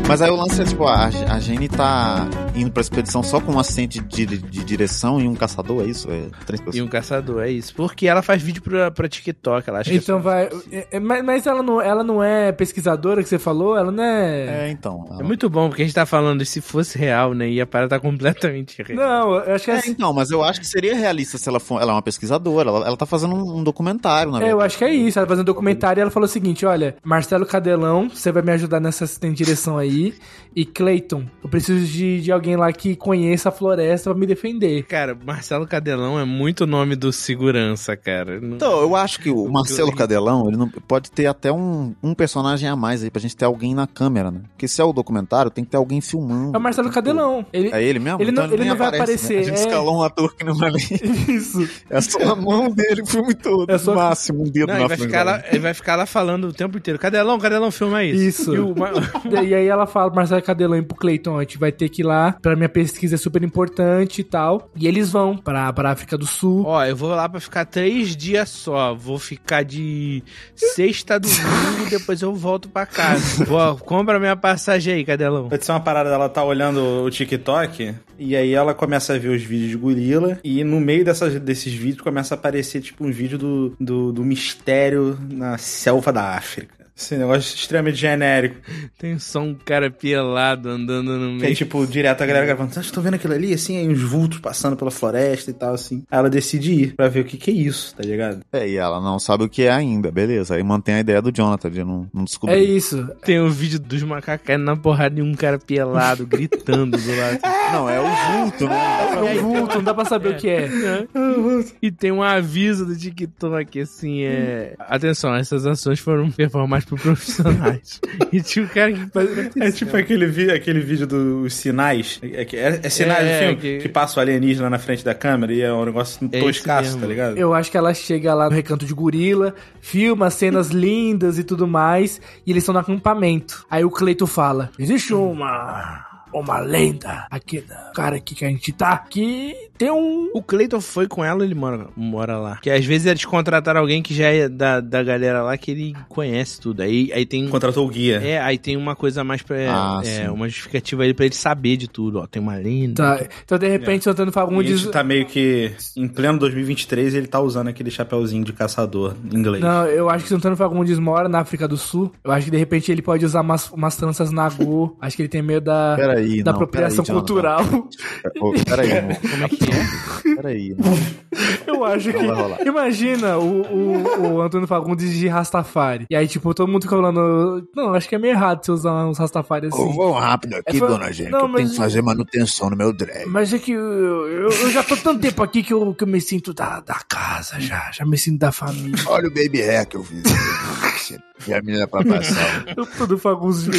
Speaker 2: Mas aí o lance é, tipo, a, a Jenny tá indo pra expedição só com um assistente de, de direção e um caçador, é isso? É três pessoas.
Speaker 3: E um caçador, é isso. Porque ela faz vídeo pra, pra TikTok, ela acha que é
Speaker 1: Então vai. é- é- mas mas ela, não, ela não é pesquisadora que você falou? Ela não é.
Speaker 2: É, então. ela-
Speaker 3: É muito bom, porque a gente tá falando, e se fosse real, né? E a parada tá completamente real.
Speaker 1: Não, eu acho que é,
Speaker 2: É,
Speaker 1: assim.
Speaker 2: então, mas eu acho que seria realista se ela for. Ela é uma pesquisadora, ela, ela tá fazendo um, um documentário, na
Speaker 1: É,
Speaker 2: verdade.
Speaker 1: eu acho que é isso. Ela fazendo um documentário e ela falou o seguinte: olha, Marcelo Cadelão, você vai me ajudar nessa assistente de direção aí. E Clayton, eu preciso de, de alguém lá que conheça a floresta pra me defender.
Speaker 3: Cara, Marcelo Cadelão é muito nome do segurança, cara. Não-
Speaker 2: Então, eu acho que o Marcelo
Speaker 3: eu-
Speaker 2: Cadelão, ele não, pode ter até um, um personagem a mais aí pra gente ter alguém na câmera, né? Porque se é o documentário, tem que ter alguém filmando.
Speaker 1: É o Marcelo Cadelão. Ele,
Speaker 2: É ele mesmo?
Speaker 1: Ele não- ele
Speaker 2: nem
Speaker 1: não vai
Speaker 2: Né? A
Speaker 1: aparecer,
Speaker 2: gente
Speaker 1: é.
Speaker 2: escalou um ator que não vai nem.
Speaker 1: Isso.
Speaker 2: É só a mão dele, o filme todo.
Speaker 1: É só-
Speaker 2: No máximo, um dedo na
Speaker 3: Não, ele vai,
Speaker 2: frente
Speaker 3: ficar
Speaker 2: dela.
Speaker 3: lá, ele vai ficar lá falando o tempo inteiro. Cadelão, Cadelão, filma isso.
Speaker 1: Isso.
Speaker 3: E o Ma-
Speaker 1: E aí ela fala pro Marcelo Cadelão e pro Cleiton, a gente vai ter que ir lá, pra minha pesquisa é super importante e tal. E eles vão pra, pra África do Sul.
Speaker 3: Ó, eu vou lá pra ficar três dias só. Vou ficar de sexta a domingo, depois eu volto pra casa. Vó, compra minha passagem aí, Cadelão.
Speaker 4: Pode ser uma parada dela tá olhando o TikTok e aí ela começa a ver os vídeos de gorila e no meio dessas, desses vídeos começa a aparecer tipo um vídeo do, do, do mistério na selva da África. Esse negócio extremamente genérico.
Speaker 3: Tem só um cara pelado andando no
Speaker 4: Que é
Speaker 3: meio.
Speaker 4: tipo, direto a galera gravando, vocês estão vendo aquilo ali? Assim, aí uns vultos passando pela floresta e tal, assim. Aí ela decide ir pra ver o que que é isso, tá ligado?
Speaker 2: É, e ela não sabe o que é ainda, beleza. Aí mantém a ideia do Jonathan de não, não descobrir.
Speaker 1: É isso.
Speaker 3: Tem um vídeo dos macacos caindo na porrada e um cara pelado gritando do lado.
Speaker 2: Não, é o vulto, né?
Speaker 1: É um vulto, não dá pra saber o que é.
Speaker 3: E tem um aviso do TikTok, assim, é... Atenção, essas ações foram performadas por profissionais. e tinha um cara que...
Speaker 4: É tipo aquele, vi- aquele vídeo dos sinais. É, é, é sinais
Speaker 3: É,
Speaker 4: do filme
Speaker 3: que-
Speaker 4: que... passa o alienígena na frente da câmera e é um negócio
Speaker 3: É esse
Speaker 4: toscaço,
Speaker 3: mesmo.
Speaker 4: tá ligado?
Speaker 1: Eu acho que ela chega lá no recanto de gorila, filma cenas lindas e tudo mais, e eles estão no acampamento. Aí o Cleito fala: existe uma. Uma lenda aqui, na- cara, aqui que a gente tá, que tem um.
Speaker 3: O Cleiton foi com ela, ele mora, mora lá. Que às vezes eles contrataram alguém que já é da, da galera lá, que ele conhece tudo. Aí, aí tem...
Speaker 4: Contratou o guia.
Speaker 3: É, aí tem uma coisa mais pra...
Speaker 2: Ah,
Speaker 3: é,
Speaker 2: sim.
Speaker 3: uma justificativa aí pra ele saber de tudo, ó. Tem uma lenda.
Speaker 1: Tá, Então, de
Speaker 2: É.
Speaker 1: repente, Santano
Speaker 4: O
Speaker 1: Fagundes.
Speaker 4: Nietzsche tá meio que em pleno 2023 ele tá usando aquele chapéuzinho de caçador inglês.
Speaker 1: Não, eu acho que Santana Fagundes mora na África do Sul. Eu acho que de repente ele pode usar umas, umas tranças Nagô. Acho que ele tem medo da,
Speaker 2: Peraí,
Speaker 1: da
Speaker 2: não,
Speaker 1: apropriação
Speaker 2: peraí, Jonathan.
Speaker 1: cultural.
Speaker 2: Ô, Peraí, amor.
Speaker 3: Como é que é?
Speaker 2: peraí. não.
Speaker 1: Eu acho
Speaker 2: Vai lá, vai
Speaker 1: que. Imagina o, o, o Antônio Fagundes de Rastafari. E aí, tipo, todo mundo fica falando. Não, acho que é meio errado você usar uns Rastafari assim.
Speaker 7: Eu vou rápido aqui,
Speaker 1: É, foi-
Speaker 7: dona Jenny,
Speaker 1: Não,
Speaker 7: que eu
Speaker 1: mas-
Speaker 7: tenho que fazer manutenção no meu drag.
Speaker 1: Mas é que eu, eu- eu já tô tanto tempo aqui que eu, que eu me sinto da, da casa já. Já me sinto da família.
Speaker 7: Olha o baby hair que eu fiz. e a menina pra passar.
Speaker 1: Todo Fagundes de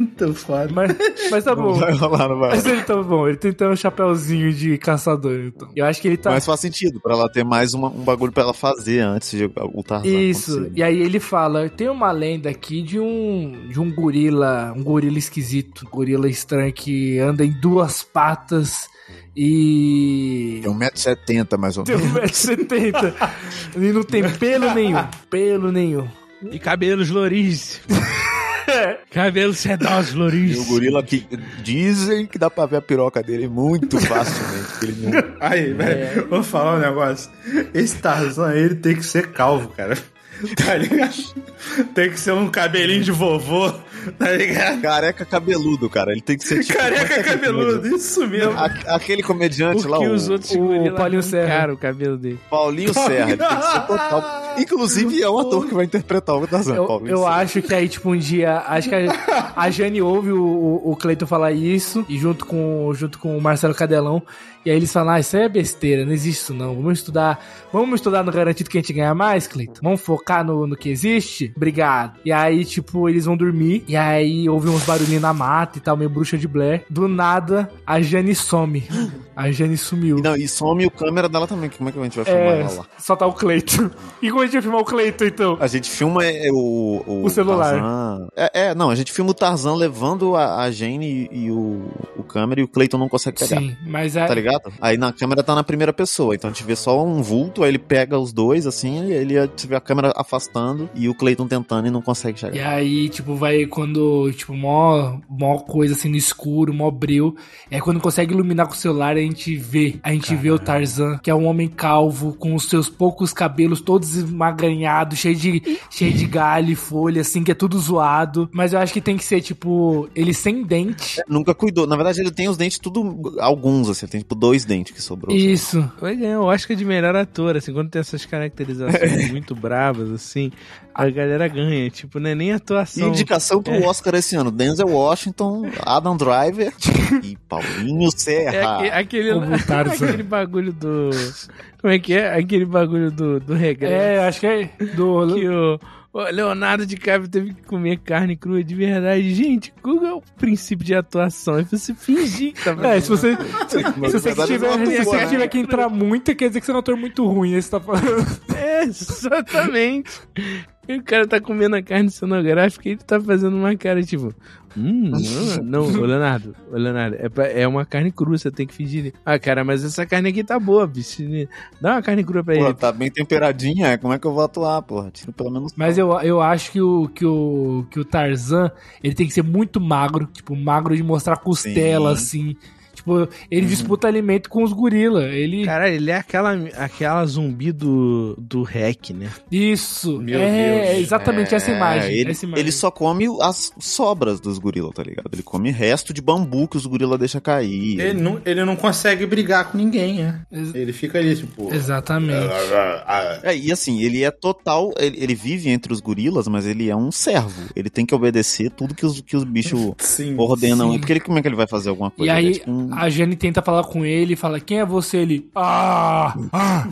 Speaker 4: Então, foda.
Speaker 1: mas, mas tá bom.
Speaker 2: Vai rolar, não vai rolar.
Speaker 1: Mas ele tá bom, ele tem então um chapéuzinho de caçador, então. Eu acho que ele tá.
Speaker 2: Mas faz sentido, pra ela ter mais uma- um bagulho pra ela fazer antes de o Tarzan
Speaker 1: Isso.
Speaker 2: acontecer. né?
Speaker 1: E aí ele fala: tem uma lenda aqui de um de um gorila, um gorila esquisito, um gorila estranho que anda em duas patas e um
Speaker 7: Tem 1,70m mais ou
Speaker 1: tem
Speaker 7: menos.
Speaker 1: 1,70m e não tem pelo nenhum, pelo nenhum.
Speaker 3: E cabelos louris. cabelos sedosos
Speaker 7: E
Speaker 3: louris.
Speaker 7: o gorila que dizem que dá pra ver a piroca dele muito facilmente. porque Ele não...
Speaker 3: É.
Speaker 4: Aí, velho, vou falar um negócio. Esse Tarzan, ele tem que ser calvo, cara. tá ligado? Tem que ser um cabelinho de vovô, tá ligado?
Speaker 2: Careca cabeludo, cara. Ele tem que ser tipo.
Speaker 4: Careca cabeludo, isso mesmo.
Speaker 2: A- aquele comediante lá,
Speaker 3: Porque
Speaker 2: o
Speaker 3: os outros
Speaker 1: o
Speaker 3: gorilas
Speaker 1: Paulinho Serra.
Speaker 3: arrancaram o cabelo dele.
Speaker 2: Paulinho Serra. Ele tem que ser total. Inclusive, é um ator que vai interpretar o Tarzan.
Speaker 1: Eu,
Speaker 2: Paulinho
Speaker 1: eu
Speaker 2: Serra.
Speaker 1: acho que aí, tipo, um dia. Acho que a, a Jane ouve o, o, o Cleiton falar isso, e junto com, junto com o Marcelo Cadelão. E aí eles falam: ah, isso aí é besteira, não existe isso não. Vamos estudar. Vamos estudar no garantido que a gente ganha mais, Cleiton? Vamos focar no, no que existe? Obrigado. E aí, tipo, eles vão dormir. E aí ouve uns barulhinhos na mata e tal, meio bruxa de Blair. Do nada, a Jane some. A Jane sumiu.
Speaker 2: E Não, e some o câmera dela também. Como é que a gente vai filmar
Speaker 1: É,
Speaker 2: ela lá?
Speaker 1: só tá o Cleiton. E como a gente vai filmar o Cleiton, então?
Speaker 2: A gente filma é, o,
Speaker 1: O celular.
Speaker 2: Tarzan. É, é, não, a gente filma o Tarzan levando a, a Jane e, e o, o câmera e o Clayton não consegue pegar.
Speaker 1: Sim, mas é, a,
Speaker 2: Tá ligado? Aí na câmera tá na primeira pessoa, então a gente vê só um vulto, aí ele pega os dois, assim, e ele você vê a câmera afastando e o Clayton tentando e não consegue chegar.
Speaker 1: E aí, tipo, vai quando, tipo, mó, mó coisa assim no escuro, mó breu. É quando consegue iluminar com o celular, a gente vê. A gente vê o Tarzan, que é um homem calvo, com os seus poucos cabelos todos esmaganhados, cheio de, cheio de galho e folha, assim, que é tudo zoado. Mas eu acho que tem que ser, tipo, ele sem dente.
Speaker 2: Nunca cuidou. Na verdade, ele tem os dentes tudo. Alguns, assim, tem tipo dois dentes que sobrou.
Speaker 1: Isso.
Speaker 3: Vai ganhar o Oscar é de melhor ator, assim, quando tem essas caracterizações muito bravas, assim, a galera ganha. Tipo, não é nem
Speaker 2: E
Speaker 3: atuação.
Speaker 2: Indicação
Speaker 1: É.
Speaker 2: pro Oscar esse ano: Denzel Washington, Adam Driver e Paulinho
Speaker 3: É
Speaker 2: Serra.
Speaker 3: aque- aquele,
Speaker 1: Ah, Como o Tarzan.
Speaker 3: aquele bagulho do. Como é que é? Aquele bagulho do, do regresso.
Speaker 1: É, acho que é do...
Speaker 3: Que o, o Leonardo DiCaprio teve que comer carne crua de verdade. Gente, qual é o princípio de atuação? É você fingir que tá
Speaker 1: É, se você, se,
Speaker 2: Mas,
Speaker 1: se você
Speaker 2: na verdade,
Speaker 1: tiver,
Speaker 2: não
Speaker 1: se
Speaker 2: atuou,
Speaker 1: você
Speaker 2: né?
Speaker 1: tiver que entrar muito, quer dizer que você é um ator muito ruim, esse tá falando.
Speaker 3: É, exatamente. E o cara tá comendo a carne cenográfica e ele tá fazendo uma cara tipo. Hum, não, não, ô Leonardo, ô Leonardo, é, pra- é uma carne crua, você tem que fingir. Ah, cara, mas essa carne aqui tá boa, bicho. Dá uma carne crua pra
Speaker 2: Pô,
Speaker 3: ele.
Speaker 2: tá bem temperadinha, como é que eu vou atuar, porra? Tiro pelo menos.
Speaker 1: Mas eu, eu acho que o, que, o, que o Tarzan, ele tem que ser muito magro. Tipo, magro de mostrar costela, assim. Tipo, ele
Speaker 2: Uhum.
Speaker 1: disputa alimento com os gorila. Ele...
Speaker 3: Cara, ele é aquela, aquela zumbi do, do hack, né?
Speaker 1: Isso.
Speaker 3: Meu
Speaker 1: é,
Speaker 3: Deus.
Speaker 1: é exatamente essa
Speaker 2: É,
Speaker 1: imagem.
Speaker 2: Ele,
Speaker 1: essa imagem.
Speaker 2: ele só come as sobras dos gorila, tá ligado? Ele come resto de bambu que os gorila deixam cair.
Speaker 4: Ele não, ele não consegue brigar com ninguém, né?
Speaker 1: Ex-
Speaker 4: Ele fica ali, tipo.
Speaker 1: Exatamente.
Speaker 2: É, e assim, ele é total. Ele, ele vive entre os gorilas, mas ele é um servo. Ele tem que obedecer tudo que os, que os bichos
Speaker 4: Sim.
Speaker 2: ordenam.
Speaker 1: Sim.
Speaker 2: Porque ele, como é que ele vai fazer alguma
Speaker 1: E
Speaker 2: coisa? Ele é
Speaker 1: aí,
Speaker 2: tipo um-
Speaker 1: a Jane tenta falar com ele, fala, quem é você? Ele, ah, ah,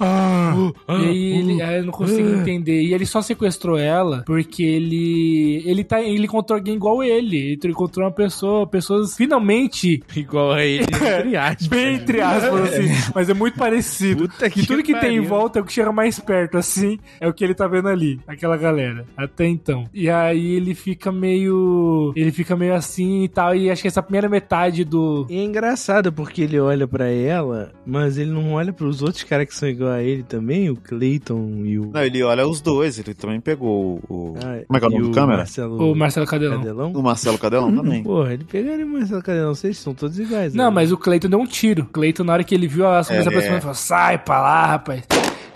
Speaker 1: ah. e aí, ele, aí eu não consigo entender. E ele só sequestrou ela porque ele ele tá ele encontrou alguém igual ele. Ele encontrou uma pessoa, pessoas finalmente,
Speaker 3: Hum, Igual a ele, entre aspas.
Speaker 1: bem entre aspas, assim, mas é muito parecido.
Speaker 3: Puta
Speaker 1: Que tudo que tem em
Speaker 3: pariu.
Speaker 1: volta é o que chega mais perto, assim, é o que ele tá vendo ali, aquela galera, até então. E aí ele fica meio. Ele fica meio assim e tal, e acho que essa primeira metade do,
Speaker 3: E é engraçado porque ele olha pra ela, mas ele não olha pros outros caras que são igual a ele também, o Clayton e o.
Speaker 2: Não, ele olha os dois, ele também pegou o. o-
Speaker 3: Ah,
Speaker 2: Como é que é o
Speaker 3: e
Speaker 2: nome do câmera?
Speaker 3: Marcelo,
Speaker 1: O Marcelo Cadelão.
Speaker 3: Cadelão.
Speaker 2: O Marcelo Cadelão também.
Speaker 3: Porra, ele pegaria o Marcelo Cadelão, vocês são todos iguais.
Speaker 1: Não,
Speaker 3: né?
Speaker 1: mas o Cleiton deu um tiro. Cleiton, na hora que ele viu as coisas aproximando, ele falou: sai pra lá, rapaz.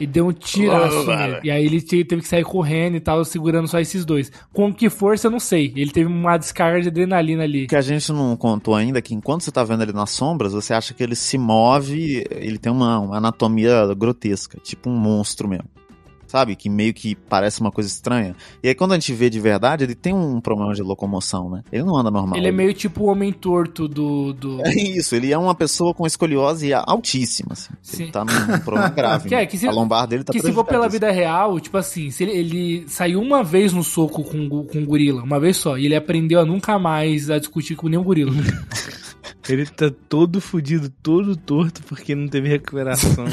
Speaker 1: E deu um tiraço nele. E aí ele te- teve que sair correndo e tal, segurando só esses dois. Com que força, eu não sei. Ele teve uma descarga de adrenalina ali.
Speaker 2: O que a gente não contou ainda é que enquanto você tá vendo ele nas sombras, você acha que ele se move, ele tem uma, uma anatomia grotesca, tipo um monstro mesmo. Sabe? Que meio que parece uma coisa estranha. E aí quando a gente vê de verdade, ele tem um problema de locomoção, né? Ele não anda normal.
Speaker 1: Ele é meio tipo o homem torto do. do...
Speaker 2: É isso, ele é uma pessoa com escoliose altíssima, assim.
Speaker 1: Sim.
Speaker 2: Ele tá num num problema grave.
Speaker 1: Que é,
Speaker 2: né?
Speaker 1: que se-
Speaker 2: a lombar dele tá
Speaker 1: que se for pela vida
Speaker 2: prejudicadíssima.
Speaker 1: real, tipo assim, se ele, ele saiu uma vez no soco com, o gu- com o gorila, uma vez só, e ele aprendeu a nunca mais a discutir com nenhum gorila.
Speaker 3: Ele tá todo fudido, todo torto, porque não teve recuperação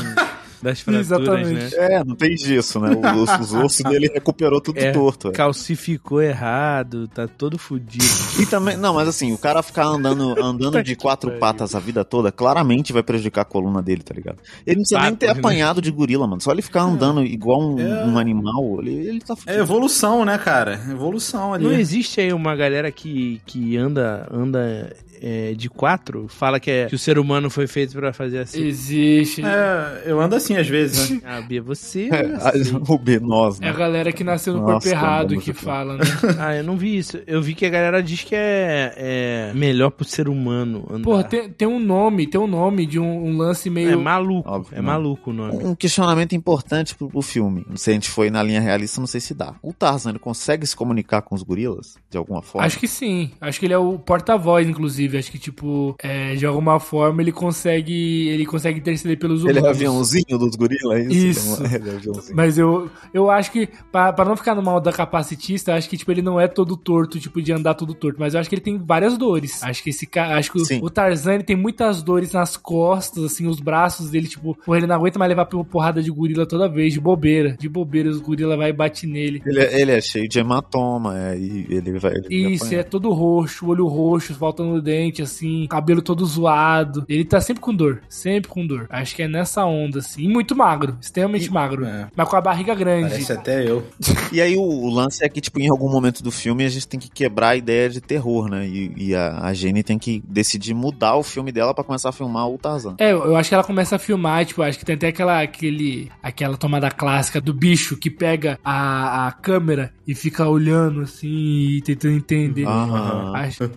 Speaker 3: das fraturas,
Speaker 1: Exatamente.
Speaker 3: né?
Speaker 2: É, não tem disso, né? O osso- Os, ossos dele recuperou tudo
Speaker 3: É.
Speaker 2: torto. é.
Speaker 3: Calcificou errado, tá todo fudido.
Speaker 2: E também, não, mas assim, o cara ficar andando, andando de quatro patas a vida toda, claramente vai prejudicar a coluna dele, tá ligado? Ele não precisa nem ter
Speaker 3: Patas, né?
Speaker 2: apanhado de gorila, mano. Só ele ficar andando igual um,
Speaker 1: É.
Speaker 2: um animal, ele, ele tá
Speaker 4: É
Speaker 2: fudido.
Speaker 4: evolução, né, cara? Evolução ali.
Speaker 3: Não existe aí uma galera que, que anda, anda é, de quatro fala que, é, que o ser humano foi feito pra fazer assim.
Speaker 1: Existe.
Speaker 4: É, eu ando assim às vezes, né?
Speaker 3: Ah, Bia, você.
Speaker 2: É,
Speaker 3: assim.
Speaker 2: o B, nós,
Speaker 1: É
Speaker 2: né?
Speaker 1: a galera que nasceu no corpo
Speaker 2: Nossa,
Speaker 1: errado
Speaker 2: vamos
Speaker 1: que
Speaker 2: aqui.
Speaker 1: fala, né?
Speaker 3: Ah, eu não vi isso. Eu vi que a galera diz que é, é melhor pro ser humano andar.
Speaker 1: Porra, tem, tem um nome, tem um nome de um, um lance meio.
Speaker 3: É maluco.
Speaker 2: Óbvio,
Speaker 3: é
Speaker 2: não.
Speaker 3: maluco o nome.
Speaker 2: Um questionamento importante pro, pro filme. Se a gente foi na linha realista, não sei se dá. O Tarzan, ele consegue se comunicar com os gorilas? De alguma forma?
Speaker 1: Acho que sim. Acho que ele é o porta-voz, inclusive. Acho que, tipo, é, de alguma forma ele consegue. Ele consegue interceder pelos
Speaker 2: Ele
Speaker 1: humanos.
Speaker 2: é aviãozinho dos gorilas? é
Speaker 1: Isso.
Speaker 2: Ele é um- Ele é aviãozinho.
Speaker 1: Mas eu, eu acho que, pra pra não ficar no mal da capacitista, eu acho que, tipo, ele não é todo torto, tipo, de andar todo torto. Mas eu acho que ele tem várias dores. Acho que esse cara. Acho que
Speaker 2: Sim.
Speaker 1: o, o Tarzan ele tem muitas dores nas costas, assim, os braços dele, tipo, porra, ele não aguenta mais levar uma porrada de gorila toda vez, de bobeira. De bobeira, os gorila vai e bate nele.
Speaker 2: Ele, é- ele é cheio de hematoma, é, e ele vai. Ele
Speaker 1: Isso,
Speaker 2: vai
Speaker 1: ele é todo roxo, olho roxo, faltando dente, assim, cabelo todo zoado. Ele tá sempre com dor, sempre com dor. Acho que é nessa onda, assim. E muito magro, extremamente magro.
Speaker 4: é.
Speaker 1: Mas com a barriga grande.
Speaker 4: Parece até eu.
Speaker 2: E aí o, o lance é que, tipo, em algum momento do filme a gente tem que quebrar a ideia de terror, né? E, e a, a Jenny tem que decidir mudar o filme dela pra começar a filmar o Tarzan.
Speaker 1: É, eu eu acho que ela começa a filmar, tipo, acho que tem até aquela, aquele, aquela tomada clássica do bicho que pega a, a câmera e fica olhando, assim, e tentando entender.
Speaker 2: Aham.
Speaker 1: Acho-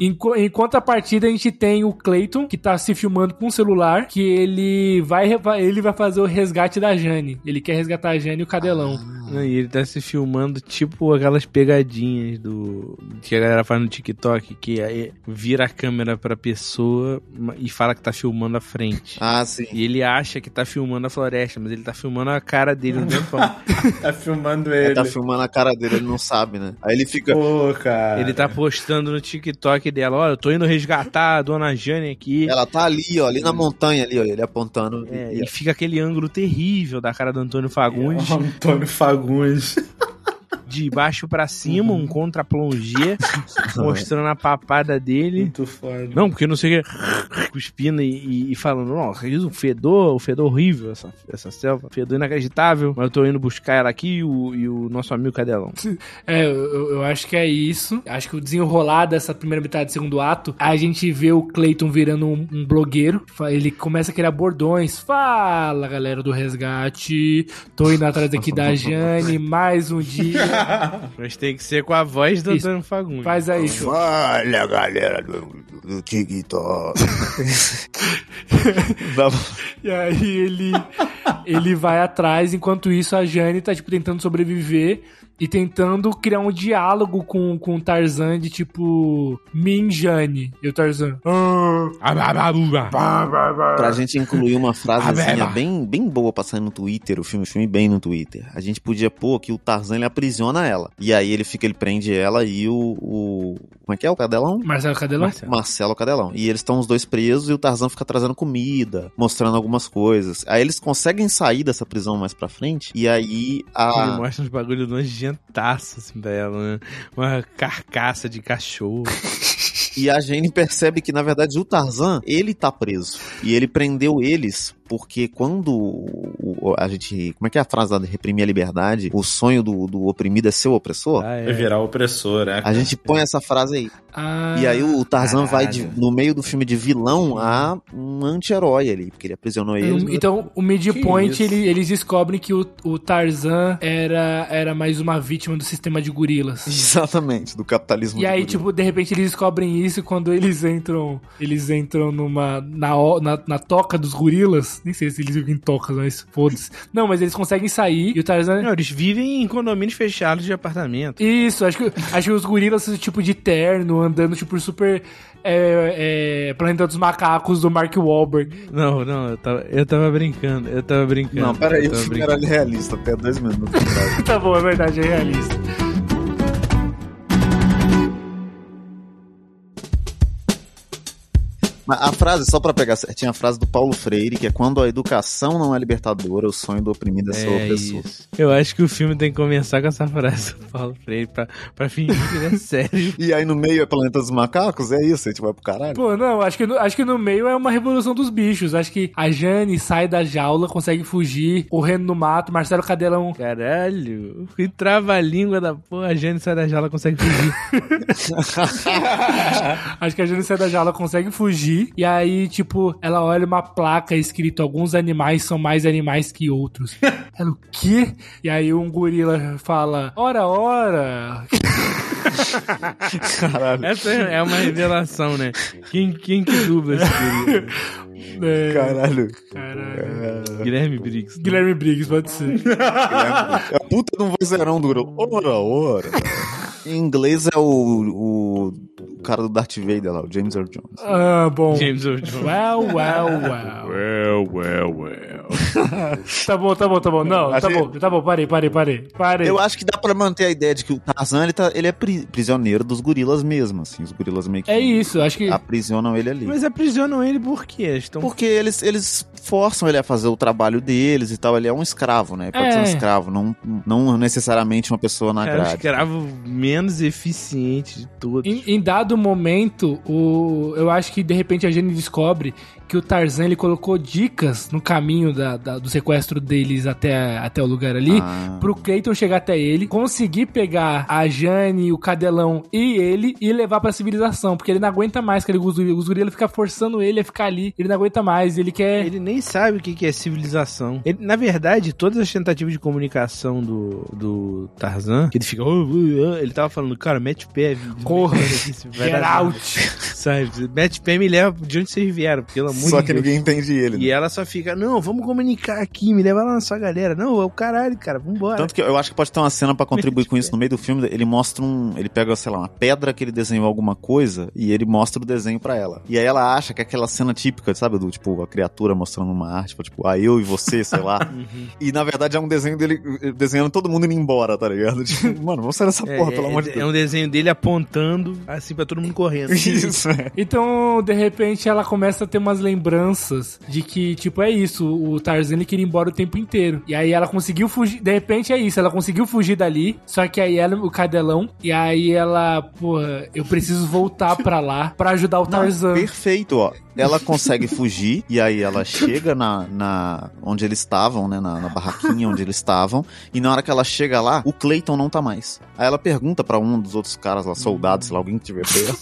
Speaker 1: Enqu- Em contrapartida, a gente tem o Clayton, que tá se filmando com o celular, que ele vai, reva- ele vai fazer o resgate da Jane. Ele quer resgatar a Jane e o Cadelão.
Speaker 3: Não, E ele tá se filmando tipo aquelas pegadinhas do que a galera faz no TikTok, que aí vira a câmera pra pessoa ma- e fala que tá filmando a frente.
Speaker 2: Ah, sim.
Speaker 3: E ele acha que tá filmando a floresta, mas ele tá filmando a cara dele no tempão.
Speaker 4: Tá filmando
Speaker 2: Ele
Speaker 4: ele.
Speaker 2: tá filmando a cara dele, ele não sabe, né? Aí ele fica.
Speaker 4: Pô, cara.
Speaker 3: Ele tá postando no TikTok dela, olha, eu tô indo resgatar a dona Jane aqui.
Speaker 2: Ela tá ali, ó, ali na montanha, ali, ó, ele apontando.
Speaker 3: É,
Speaker 2: E-
Speaker 3: e fica aquele ângulo terrível da cara do Antônio Fagundes,
Speaker 4: Ó, Antônio Fagundes.
Speaker 3: de baixo pra cima, um contra-plongé, mostrando a papada dele.
Speaker 4: Muito foda.
Speaker 3: Não, porque não sei o que. Cuspindo e, e- e falando, nossa, isso, o fedor, o fedor horrível, essa, essa selva, fedor inacreditável. Mas eu tô indo buscar ela aqui e o, e o nosso amigo Cadelão.
Speaker 1: É, eu- eu, eu acho que é isso. Acho que o desenrolar dessa primeira metade do segundo ato, a gente vê o Clayton virando um, um blogueiro. Fa- Ele começa a criar bordões. Fala, galera do resgate. Tô indo atrás aqui da Jane mais um dia.
Speaker 3: Mas tem que ser com a voz do
Speaker 1: Isso.
Speaker 3: Antônio Fagundes.
Speaker 1: Faz aí, show.
Speaker 7: Olha, galera do, do TikTok.
Speaker 1: E aí ele, ele vai atrás, enquanto isso a Jane tá, tipo, tentando sobreviver e tentando criar um diálogo com, com o Tarzan de tipo, mim, Jane, e o Tarzan.
Speaker 3: Ah,
Speaker 2: Pra gente incluir uma frasezinha
Speaker 7: Ah,
Speaker 3: Abeba.
Speaker 2: bem, bem boa pra sair no Twitter, o filme, o filme bem no Twitter. A gente podia pôr que o Tarzan ele aprisiona ela. E aí ele fica, ele prende ela e o. o- como é que é? O Cadelão?
Speaker 1: Marcelo Cadelão?
Speaker 3: Marcelo.
Speaker 2: Marcelo Cadelão. E eles estão os dois presos e o Tarzan fica trazendo comida, mostrando algumas coisas. Aí eles conseguem sair dessa prisão mais pra frente. E aí
Speaker 3: Ele
Speaker 2: a.
Speaker 3: mostra uns bagulho nojentaço, assim, pra ela, né? Uma carcaça de cachorro.
Speaker 2: E a Jane percebe que, na verdade, o Tarzan, ele tá preso. E ele prendeu eles. Porque quando o- o- a gente. Como é que é a frase lá de reprimir a liberdade? O sonho do, do oprimido é seu opressor?
Speaker 3: Ah, é.
Speaker 4: Vai virar opressor, é.
Speaker 2: A gente põe essa frase aí.
Speaker 1: Ah,
Speaker 2: E aí o Tarzan vai, de-
Speaker 3: caralho.
Speaker 2: no meio do filme, de vilão a um anti-herói ali. Porque ele aprisionou eles.
Speaker 1: um- então, o Midpoint,
Speaker 4: Que isso?
Speaker 1: ele, eles descobrem que o, o Tarzan era, era mais uma vítima do sistema de gorilas.
Speaker 2: Exatamente, do capitalismo.
Speaker 1: E
Speaker 2: do
Speaker 1: aí,
Speaker 2: gorila.
Speaker 1: tipo, de repente eles descobrem isso quando eles entram. Eles entram numa. Na, o- na, na toca dos gorilas. Nem sei se eles vivem em tocas, mas foda-se. Não, mas eles conseguem sair e o Tarzan.
Speaker 3: Não, eles vivem em condomínios fechados de apartamento.
Speaker 1: Isso, acho que, acho que os gorilas, esse tipo de terno, andando, tipo, super. É, é, Planeta dos Macacos do Mark Wahlberg.
Speaker 3: Não, não, eu tava, eu tava brincando, eu tava
Speaker 1: tipo,
Speaker 3: brincando.
Speaker 2: Não, peraí,
Speaker 3: eu
Speaker 2: o
Speaker 3: tava
Speaker 2: filme
Speaker 3: brincando.
Speaker 2: era realista até dois minutos atrás.
Speaker 1: tá bom, é verdade, é realista.
Speaker 2: Mas a frase, só pra pegar certinho, a frase do Paulo Freire, que é quando a educação não é libertadora, o sonho do oprimido é ser
Speaker 3: É
Speaker 2: opressor.
Speaker 3: isso. Eu acho que o filme tem que começar com essa frase do Paulo Freire pra, pra fingir que ele é sério.
Speaker 2: E aí no meio é Planeta dos Macacos? É isso, a gente vai pro caralho.
Speaker 1: Pô, não, acho que, no- acho que no meio é uma revolução dos bichos. Acho que a Jane sai da jaula, consegue fugir, correndo no mato, Marcelo Cadelão.
Speaker 3: Caralho, que trava-língua da porra. A Jane sai da jaula consegue fugir.
Speaker 1: Acho que a Jane sai da jaula, consegue fugir. E aí, tipo, ela olha uma placa escrito: Alguns animais são mais animais que outros. ela, o quê? E aí um gorila fala: Ora, ora.
Speaker 2: Caralho.
Speaker 3: Essa é é uma revelação, né? Quem, quem que dubla esse Guilherme?
Speaker 1: É,
Speaker 2: Caralho.
Speaker 1: caralho.
Speaker 3: Guilherme Briggs.
Speaker 1: Guilherme Briggs, pode ser.
Speaker 2: É a puta de um vozeirão do Grilo. Ora, ora. Em inglês é o, o cara do Darth Vader lá, o James Earl Jones.
Speaker 1: Ah, bom.
Speaker 3: James Earl Jones.
Speaker 1: Well, well, well.
Speaker 5: Well, well, well.
Speaker 1: Tá bom, tá bom, tá bom. Não, tá bom, tá bom, parei, parei, parei. Parei.
Speaker 2: Eu acho que dá pra manter a ideia de que o Tarzan ele, tá- ele é pri- prisioneiro dos gorilas mesmo, assim. Os gorilas meio que
Speaker 1: É isso, acho que.
Speaker 2: aprisionam ele ali.
Speaker 3: Mas aprisionam ele por quê? Eles estão
Speaker 2: Porque eles, eles forçam ele a fazer o trabalho deles e tal. Ele é um escravo, né? Pode ser um
Speaker 1: É.
Speaker 2: escravo, não, não necessariamente uma pessoa na
Speaker 3: É o
Speaker 2: grade.
Speaker 3: escravo menos eficiente de todos.
Speaker 1: Em, em dado momento, o, eu acho que de repente a Jenny descobre que o Tarzan ele colocou dicas no caminho da- da- do sequestro deles até, até o lugar ali.
Speaker 2: Ah.
Speaker 1: Pro Clayton chegar até ele, conseguir pegar a Jane, o Cadelão e ele e levar pra civilização, porque ele não aguenta mais que ele os gorilas fica forçando ele a ficar ali, ele não aguenta mais, ele quer
Speaker 3: Ele nem sabe o que que é civilização. Ele- na verdade, todas as tentativas de comunicação do, do Tarzan, que ele fica. "Oh, oh, oh", ele tava falando, cara, mete o pé.
Speaker 1: Corra.
Speaker 3: Get
Speaker 1: get out.
Speaker 3: Sabe? Mete o pé e me leva de onde vocês vieram, pelo amor
Speaker 2: Só
Speaker 3: de
Speaker 2: que
Speaker 3: Deus.
Speaker 2: ninguém entende ele. né?
Speaker 3: é E é- ela só fica, não, vamos comunicar aqui, me leva lá na sua galera. Não, é o caralho, cara, vambora.
Speaker 2: Tanto que eu acho que pode ter uma cena pra contribuir com isso no meio do filme. Ele mostra um. Ele pega, sei lá, uma pedra que ele desenhou alguma coisa e ele mostra o desenho pra ela. E aí ela acha que é aquela cena típica, sabe? Do tipo, a criatura mostrando uma arte, tipo, ah, eu e você, sei lá. E na verdade é um desenho dele eh, desenhando todo mundo indo embora, tá ligado? Tipo, mano, vamos sair dessa
Speaker 3: é,
Speaker 2: porra,
Speaker 3: é-
Speaker 2: pelo amor de
Speaker 3: é
Speaker 2: Deus.
Speaker 3: um desenho dele apontando assim pra todo mundo correndo.
Speaker 2: Isso, é.
Speaker 1: Então, de repente, ela começa a ter umas lembranças de que, tipo, é isso, o Tarzan ele queria ir embora o tempo inteiro. E aí ela conseguiu fugir, de repente é isso, ela conseguiu fugir dali, só que aí ela, o cadelão, e aí ela, porra, eu preciso voltar pra lá pra ajudar o Tarzan.
Speaker 2: Perfeito, ó. Ela consegue fugir e aí ela chega na, na onde eles estavam, né, na, na barraquinha onde eles estavam. E na hora que ela chega lá, o Clayton não tá mais. Aí ela pergunta pra um dos outros caras lá, soldados, sei lá, alguém que tiver perto.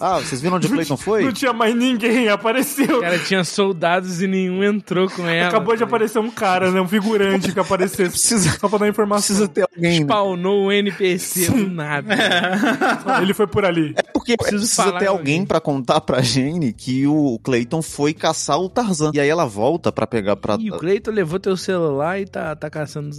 Speaker 2: Ah, vocês viram onde o Clayton
Speaker 1: Não
Speaker 2: foi?
Speaker 1: tinha mais ninguém, apareceu.
Speaker 3: Cara, tinha soldados e nenhum entrou com ela.
Speaker 1: Acabou de aparecer um cara, né? Um figurante que apareceu.
Speaker 2: Precisa-
Speaker 1: Só pra dar informação.
Speaker 2: Precisa ter alguém. né?
Speaker 3: Spawnou o NPC do nada.
Speaker 1: Ele foi por ali.
Speaker 2: É Porque
Speaker 3: Preciso
Speaker 2: precisa
Speaker 3: falar
Speaker 2: ter
Speaker 3: com
Speaker 2: alguém
Speaker 3: alguém.
Speaker 2: pra contar pra Jane que o Clayton foi caçar o Tarzan. E aí ela volta pra pegar pra.
Speaker 3: E o Cleiton levou teu celular e tá, tá caçando.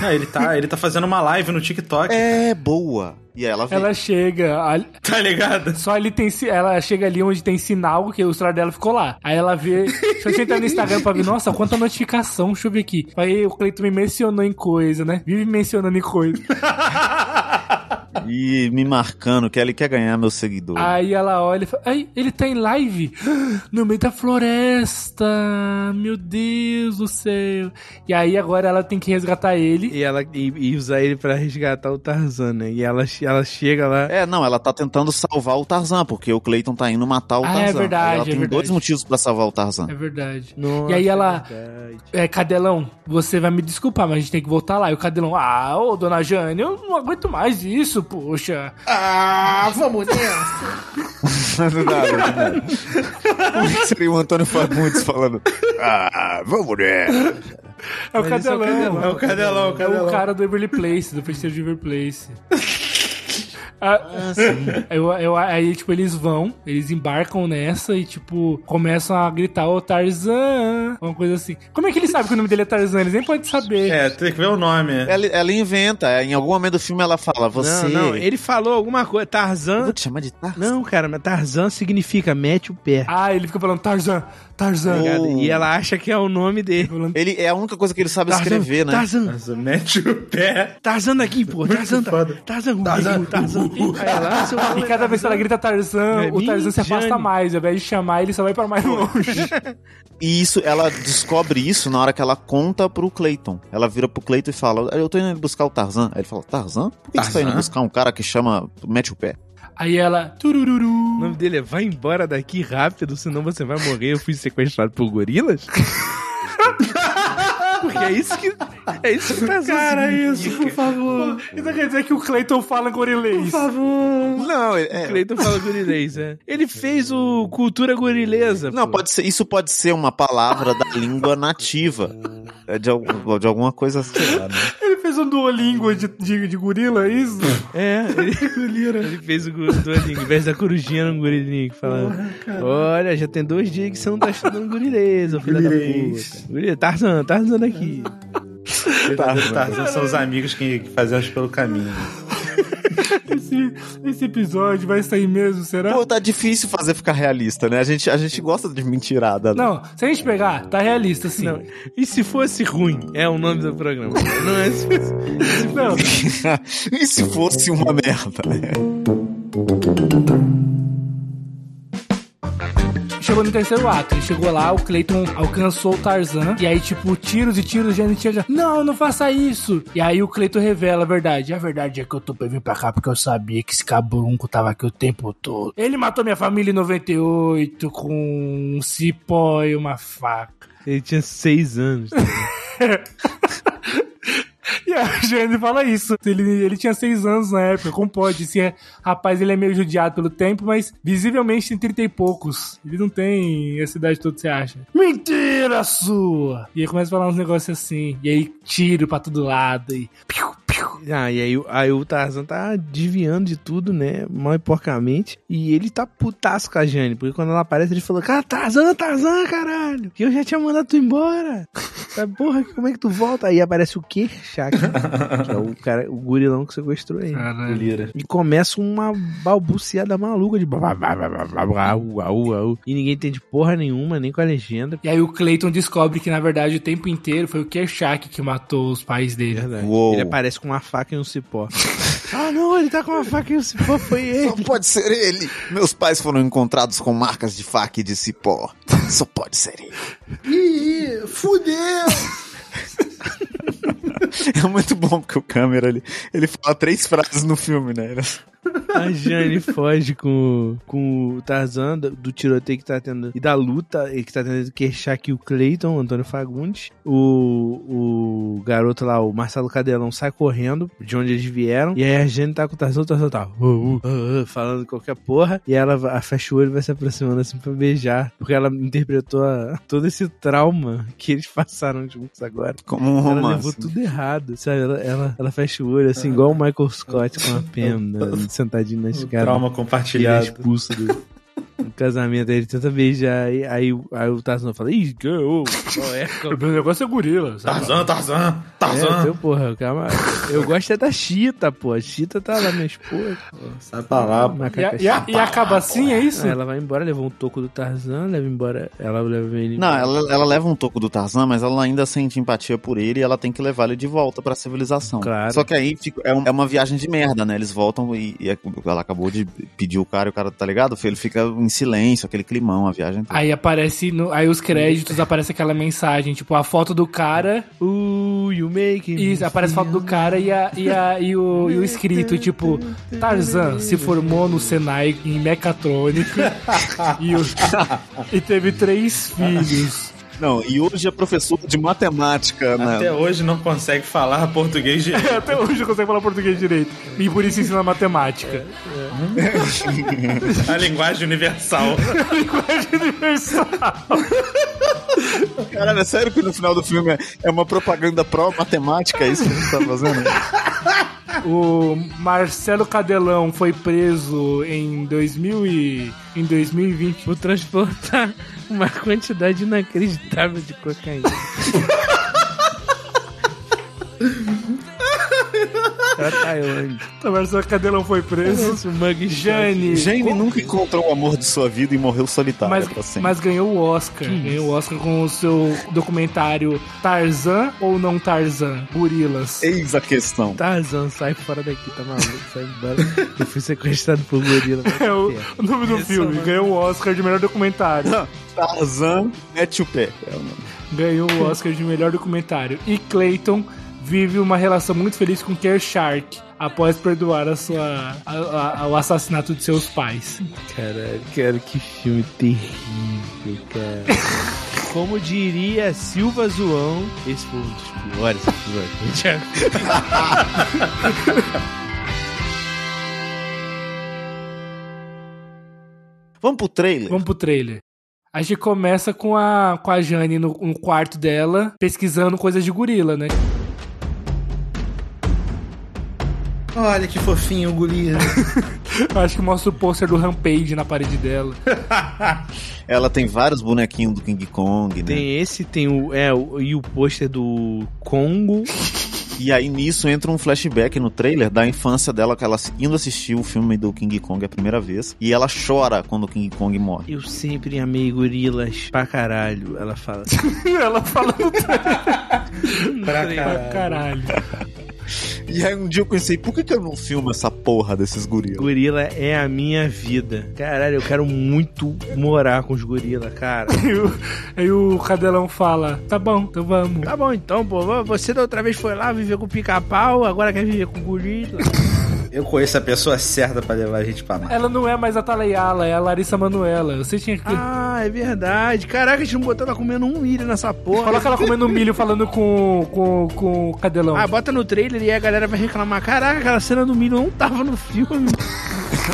Speaker 4: Não, ele tá, ele tá fazendo uma live no TikTok,
Speaker 2: É boa. E aí ela vê.
Speaker 1: Ela chega, ali-
Speaker 4: tá ligado?
Speaker 1: Só ali tem. si- Ela chega ali onde tem sinal que o celular dela ficou lá. Aí ela vê. Deixa eu entrar no Instagram pra ver. Nossa, quanta notificação. Deixa eu ver aqui. Aí o Cleiton me mencionou em coisa, né? Vive mencionando em coisa.
Speaker 2: E me marcando que ele quer ganhar meu seguidor.
Speaker 1: Aí ela olha e fala: Ai, ele tá em live? No meio da floresta. Meu Deus do céu. E aí agora ela tem que resgatar ele.
Speaker 3: E ela e, e usar ele pra resgatar o Tarzan, né? E ela, che- ela chega lá.
Speaker 2: É, não, ela tá tentando salvar o Tarzan, porque o Clayton tá indo matar o
Speaker 1: Ah, é
Speaker 2: Tarzan.
Speaker 1: verdade,
Speaker 2: ela
Speaker 1: é
Speaker 2: tem
Speaker 1: verdade.
Speaker 2: dois motivos pra salvar o Tarzan.
Speaker 1: É verdade.
Speaker 3: Nossa,
Speaker 1: E aí ela-
Speaker 3: verdade.
Speaker 1: É, Cadelão, você vai me desculpar, mas a gente tem que voltar lá. E o Cadelão, ah, ô, dona Jane, eu não aguento mais isso, poxa.
Speaker 2: Não, não, não. Como que seria o Antônio Fagundes falando? Ah, vamos né?
Speaker 1: É o
Speaker 3: Mas esse é o
Speaker 1: Cadelão.
Speaker 3: Cadelão.
Speaker 4: É o cadelão, o
Speaker 1: É o
Speaker 4: cadelão.
Speaker 1: cara do Everly Place, do festejo de Everly Place. Ah, eu, eu- aí, tipo, eles vão, eles embarcam nessa e, tipo, começam a gritar, ô Tarzan, uma coisa assim. Como é que eles sabem que o nome dele é Tarzan? Eles nem podem saber.
Speaker 4: É, tem que ver o nome.
Speaker 2: Ela, ela inventa, é, em algum momento do filme ela fala, você.
Speaker 3: Não, não, ele falou alguma coisa.
Speaker 2: Eu
Speaker 3: Tarzan.
Speaker 2: Vou te chamar de Tarzan.
Speaker 3: Não, cara, mas Tarzan significa mete o pé. tá
Speaker 1: Ah, ele fica falando Tarzan, Tarzan.
Speaker 2: Ô,
Speaker 3: ligado? E ela acha que é o nome dele.
Speaker 1: Falando,
Speaker 2: Ele é a única coisa que ele sabe escrever, né?
Speaker 3: Tarzan,
Speaker 4: Nossa, mete o pé.
Speaker 3: Tarzan daqui, pô.
Speaker 4: Muito
Speaker 3: Tarzan,
Speaker 4: foda.
Speaker 3: Tarzan, Tarzan, Tarzan. Aí É lá, seu
Speaker 1: E cada vez que ela grita Tarzan,
Speaker 3: É
Speaker 1: o Tarzan se afasta
Speaker 3: Minjane.
Speaker 1: mais. Ao invés de chamar, ele só vai pra mais longe.
Speaker 2: E isso, ela descobre isso na hora que ela conta pro Clayton. Ela vira pro Clayton e fala: Eu tô indo buscar o Tarzan. Aí ele fala: Tarzan? Por que, que você tá
Speaker 4: Tarzan?
Speaker 2: indo buscar um cara que chama. Mete o pé?
Speaker 1: Aí ela. Turururu.
Speaker 3: O nome dele é Vai Embora Daqui Rápido, senão você vai morrer. Eu fui sequestrado por gorilas? Porque é isso que. É isso que tá Cara, isso, por favor.
Speaker 1: Isso quer dizer que o Clayton fala gorilês.
Speaker 2: Não,
Speaker 3: O
Speaker 2: é,
Speaker 3: Cleiton fala gorilês, é. Ele fez o Cultura Gorilesa.
Speaker 2: Não,
Speaker 3: pô.
Speaker 2: pode ser, isso pode ser uma palavra da língua nativa. É De, al- de alguma coisa assim.
Speaker 1: Ele fez um duolingo de, de, de gorila, é isso?
Speaker 3: É, ele, ele fez o gu- Duolingo. Em vez da corujinha, era um gorilinho que falava: Olha, já tem dois dias que você não tá estudando gorilês, ô filho da
Speaker 4: Gorilês.
Speaker 3: puta. Gorilês, Tarzan, Tarzan aqui.
Speaker 2: Tá. Ah,
Speaker 4: Verdadeiro Tarzan Tá, são os amigos que que fazemos pelo caminho.
Speaker 1: Esse, esse episódio vai sair mesmo, será?
Speaker 2: Pô, tá difícil fazer ficar realista, né? A gente, a gente gosta de mentirada. né?
Speaker 1: Não, se a gente pegar, tá realista, sim.
Speaker 3: Não. E se fosse ruim? É o nome do programa. Não é se fosse.
Speaker 1: Não,
Speaker 2: e se fosse uma merda, né?
Speaker 1: Chegou no terceiro ato, ele chegou lá, o Clayton alcançou o Tarzan, e aí, tipo, tiros e tiros, gente chega, não, não faça isso! E aí o Clayton revela a verdade. A verdade é que eu tô pra vir pra cá porque eu sabia que esse cabronco tava aqui o tempo todo. Ele matou minha família em 98 com um cipó e uma faca.
Speaker 3: Ele tinha seis anos.
Speaker 1: E a Jane fala isso. Ele, ele tinha seis anos na época, como pode? Esse é- rapaz, ele é meio judiado pelo tempo, mas visivelmente tem trinta e poucos. Ele não tem essa idade toda, você acha? Mentira sua! E aí começa a falar uns negócios assim. E aí tiro pra todo lado e... Piu, piu.
Speaker 3: Ah, e aí, o- aí o Tarzan tá desviando de tudo, né? Mal e porcamente. E ele tá putaço com a Jane. Porque quando ela aparece, ele falou: Cara, Tarzan, Tarzan, caralho. Que eu já tinha mandado tu embora. Tá, porra, que- como é que tu volta? Aí aparece o Kershak, que é o, cara, o gurilão que sequestrou ele.
Speaker 1: Caralho.
Speaker 3: E começa uma balbuciada maluca de. blá, blá, blá, blá, blá, blá, blá, uá, uá, uá. E ninguém entende porra nenhuma, nem com a legenda.
Speaker 1: E aí o Clayton descobre que, na verdade, o tempo inteiro foi o Kershak que matou os pais dele.
Speaker 3: Verdade.
Speaker 2: Uou.
Speaker 3: Ele é aparece com uma faca e um cipó. ah, não, ele tá com uma faca e um cipó, foi ele.
Speaker 2: Só pode ser ele. Meus pais foram encontrados com marcas de faca e de cipó. Só pode ser ele.
Speaker 6: Ih, fudeu!
Speaker 2: É muito bom porque o câmera ele, ele fala três frases no filme, né? Ele-
Speaker 3: A Jane foge com, o- com o Tarzan do, do tiroteio que tá tendo e da luta e que tá tendo que queixar aqui o Clayton, Antônio Fagundes. O, o garoto lá, o Marcelo Cadelão, sai correndo de onde eles vieram. E aí a Jane tá com o Tarzan, o Tarzan tá uh, uh, uh, uh, falando qualquer porra. E ela va- fecha o olho e vai se aproximando assim pra beijar. Porque ela interpretou a- todo esse trauma que eles passaram juntos agora.
Speaker 2: Como um
Speaker 3: Ela levou
Speaker 2: romance.
Speaker 3: tudo errado, sabe? Ela, ela, ela fecha o olho assim, igual o Michael Scott com a pena, sentadinho na escada.
Speaker 4: Trauma
Speaker 3: Ele é
Speaker 4: compartilhado.
Speaker 3: expulso do, do casamento. Aí ele tenta beijar, aí, aí, o- aí o Tarzan fala, ih, girl, qual é?
Speaker 1: O meu negócio é gorila, sabe?
Speaker 4: Tarzan, Tarzan,
Speaker 3: É,
Speaker 4: Tarzan.
Speaker 3: meu, porra, calma. Eu gosto é da Chita, pô. A Chita tá lá, minha esposa.
Speaker 4: Sai pra lá,
Speaker 1: E,
Speaker 3: Macaca
Speaker 1: a- e, a- e acaba assim, é isso?
Speaker 3: Chita. Ela vai embora, levou um toco do Tarzan, leva embora. Ela leva ele.
Speaker 2: Não,
Speaker 1: é-
Speaker 2: ela, ela leva um toco do Tarzan, mas ela ainda sente empatia por ele e ela tem que levar ele de volta pra civilização.
Speaker 3: Claro.
Speaker 2: Só que aí fica- é, um- é uma viagem de merda, né? Eles voltam e, e é- ela acabou de pedir o cara e o cara, tá ligado? Ele fica em silêncio, aquele climão, a viagem toda.
Speaker 1: Aí aparece, no, aí os créditos, aparece aquela mensagem, tipo, a foto do cara
Speaker 3: Uh, you make me
Speaker 1: E aparece foto do cara e, a, e, a, e, o, e o escrito, tipo, Tarzan se formou no Senai em mecatrônica e, o- e teve três filhos.
Speaker 2: Não, e hoje é professor de matemática,
Speaker 4: Até
Speaker 2: né?
Speaker 4: hoje não consegue falar português direito.
Speaker 1: Até hoje não consegue falar português direito. E por isso ensina matemática.
Speaker 4: A linguagem universal.
Speaker 2: Caralho, é sério que no final do filme é, é uma propaganda pró-matemática, é isso que a gente tá fazendo?
Speaker 1: O Marcelo Cadelão foi preso em, 2000 e, em 2020.
Speaker 3: Por transportar uma quantidade inacreditável de cocaína. da Tailândia.
Speaker 1: Talvez o Cadelão foi preso.
Speaker 3: Esse mug
Speaker 1: Jane.
Speaker 2: Jane
Speaker 1: co-
Speaker 2: nunca encontrou o amor de sua vida e morreu solitária
Speaker 1: mas,
Speaker 2: pra sempre.
Speaker 1: mas ganhou o Oscar.
Speaker 3: Que
Speaker 1: ganhou o Oscar com o seu documentário Tarzan ou não Tarzan? Gorilas.
Speaker 2: Eis a questão.
Speaker 3: Tarzan, sai fora daqui, tá maluco? Sai embora. Eu fui sequestrado por gorila. vai te
Speaker 1: É o,
Speaker 3: ferrar.
Speaker 1: o nome do
Speaker 3: Esse
Speaker 1: filme.
Speaker 3: é o-
Speaker 1: Ganhou o Oscar de melhor documentário.
Speaker 2: Tarzan mete o pé. É o nome.
Speaker 1: Ganhou o Oscar de melhor documentário. E Clayton vive uma relação muito feliz com Care Shark após perdoar a sua, a- a- o assassinato de seus pais.
Speaker 3: Caralho, cara, que filme terrível, cara. Como diria Silva Zoão, esse foi um dos piores episódios que a gente já
Speaker 2: Vamos pro trailer.
Speaker 1: Vamos pro trailer. A gente começa com a, com a Jane no, no quarto dela, pesquisando coisas de gorila, né?
Speaker 4: Olha que fofinho o gorila.
Speaker 1: Eu acho que mostra o pôster do Rampage na parede dela.
Speaker 2: Ela tem vários bonequinhos do King Kong, né?
Speaker 3: Tem esse, tem o. É, o- e o pôster do Congo.
Speaker 2: E aí nisso entra um flashback no trailer da infância dela, que ela indo assistir o filme do King Kong a primeira vez. E ela chora quando o King Kong morre.
Speaker 3: Eu sempre amei gorilas pra caralho. Ela fala.
Speaker 1: Ela falando
Speaker 4: Pra
Speaker 1: pra Ah, caralho.
Speaker 2: E aí um dia eu pensei, por que, que eu não filmo essa porra desses gorilas?
Speaker 3: Gorila é a minha vida. Caralho, eu quero muito morar com os gorilas, cara.
Speaker 1: E o- Aí o Cadelão fala: Tá bom, então vamos.
Speaker 3: Tá bom então, pô. Você da outra vez foi lá viver com o pica-pau, agora quer viver com o gorila.
Speaker 4: Eu conheço a pessoa certa pra levar a gente pra mar.
Speaker 1: Ela não é mais a Talayala, é a Larissa Manuela. Você tinha que.
Speaker 3: Ah, é verdade. Caraca, a gente não botou ela comendo um milho nessa porra.
Speaker 1: Coloca ela comendo milho falando com, com, com o Cadelão.
Speaker 3: Ah, bota no trailer e a galera vai reclamar. Caraca, aquela cena do milho não tava no filme.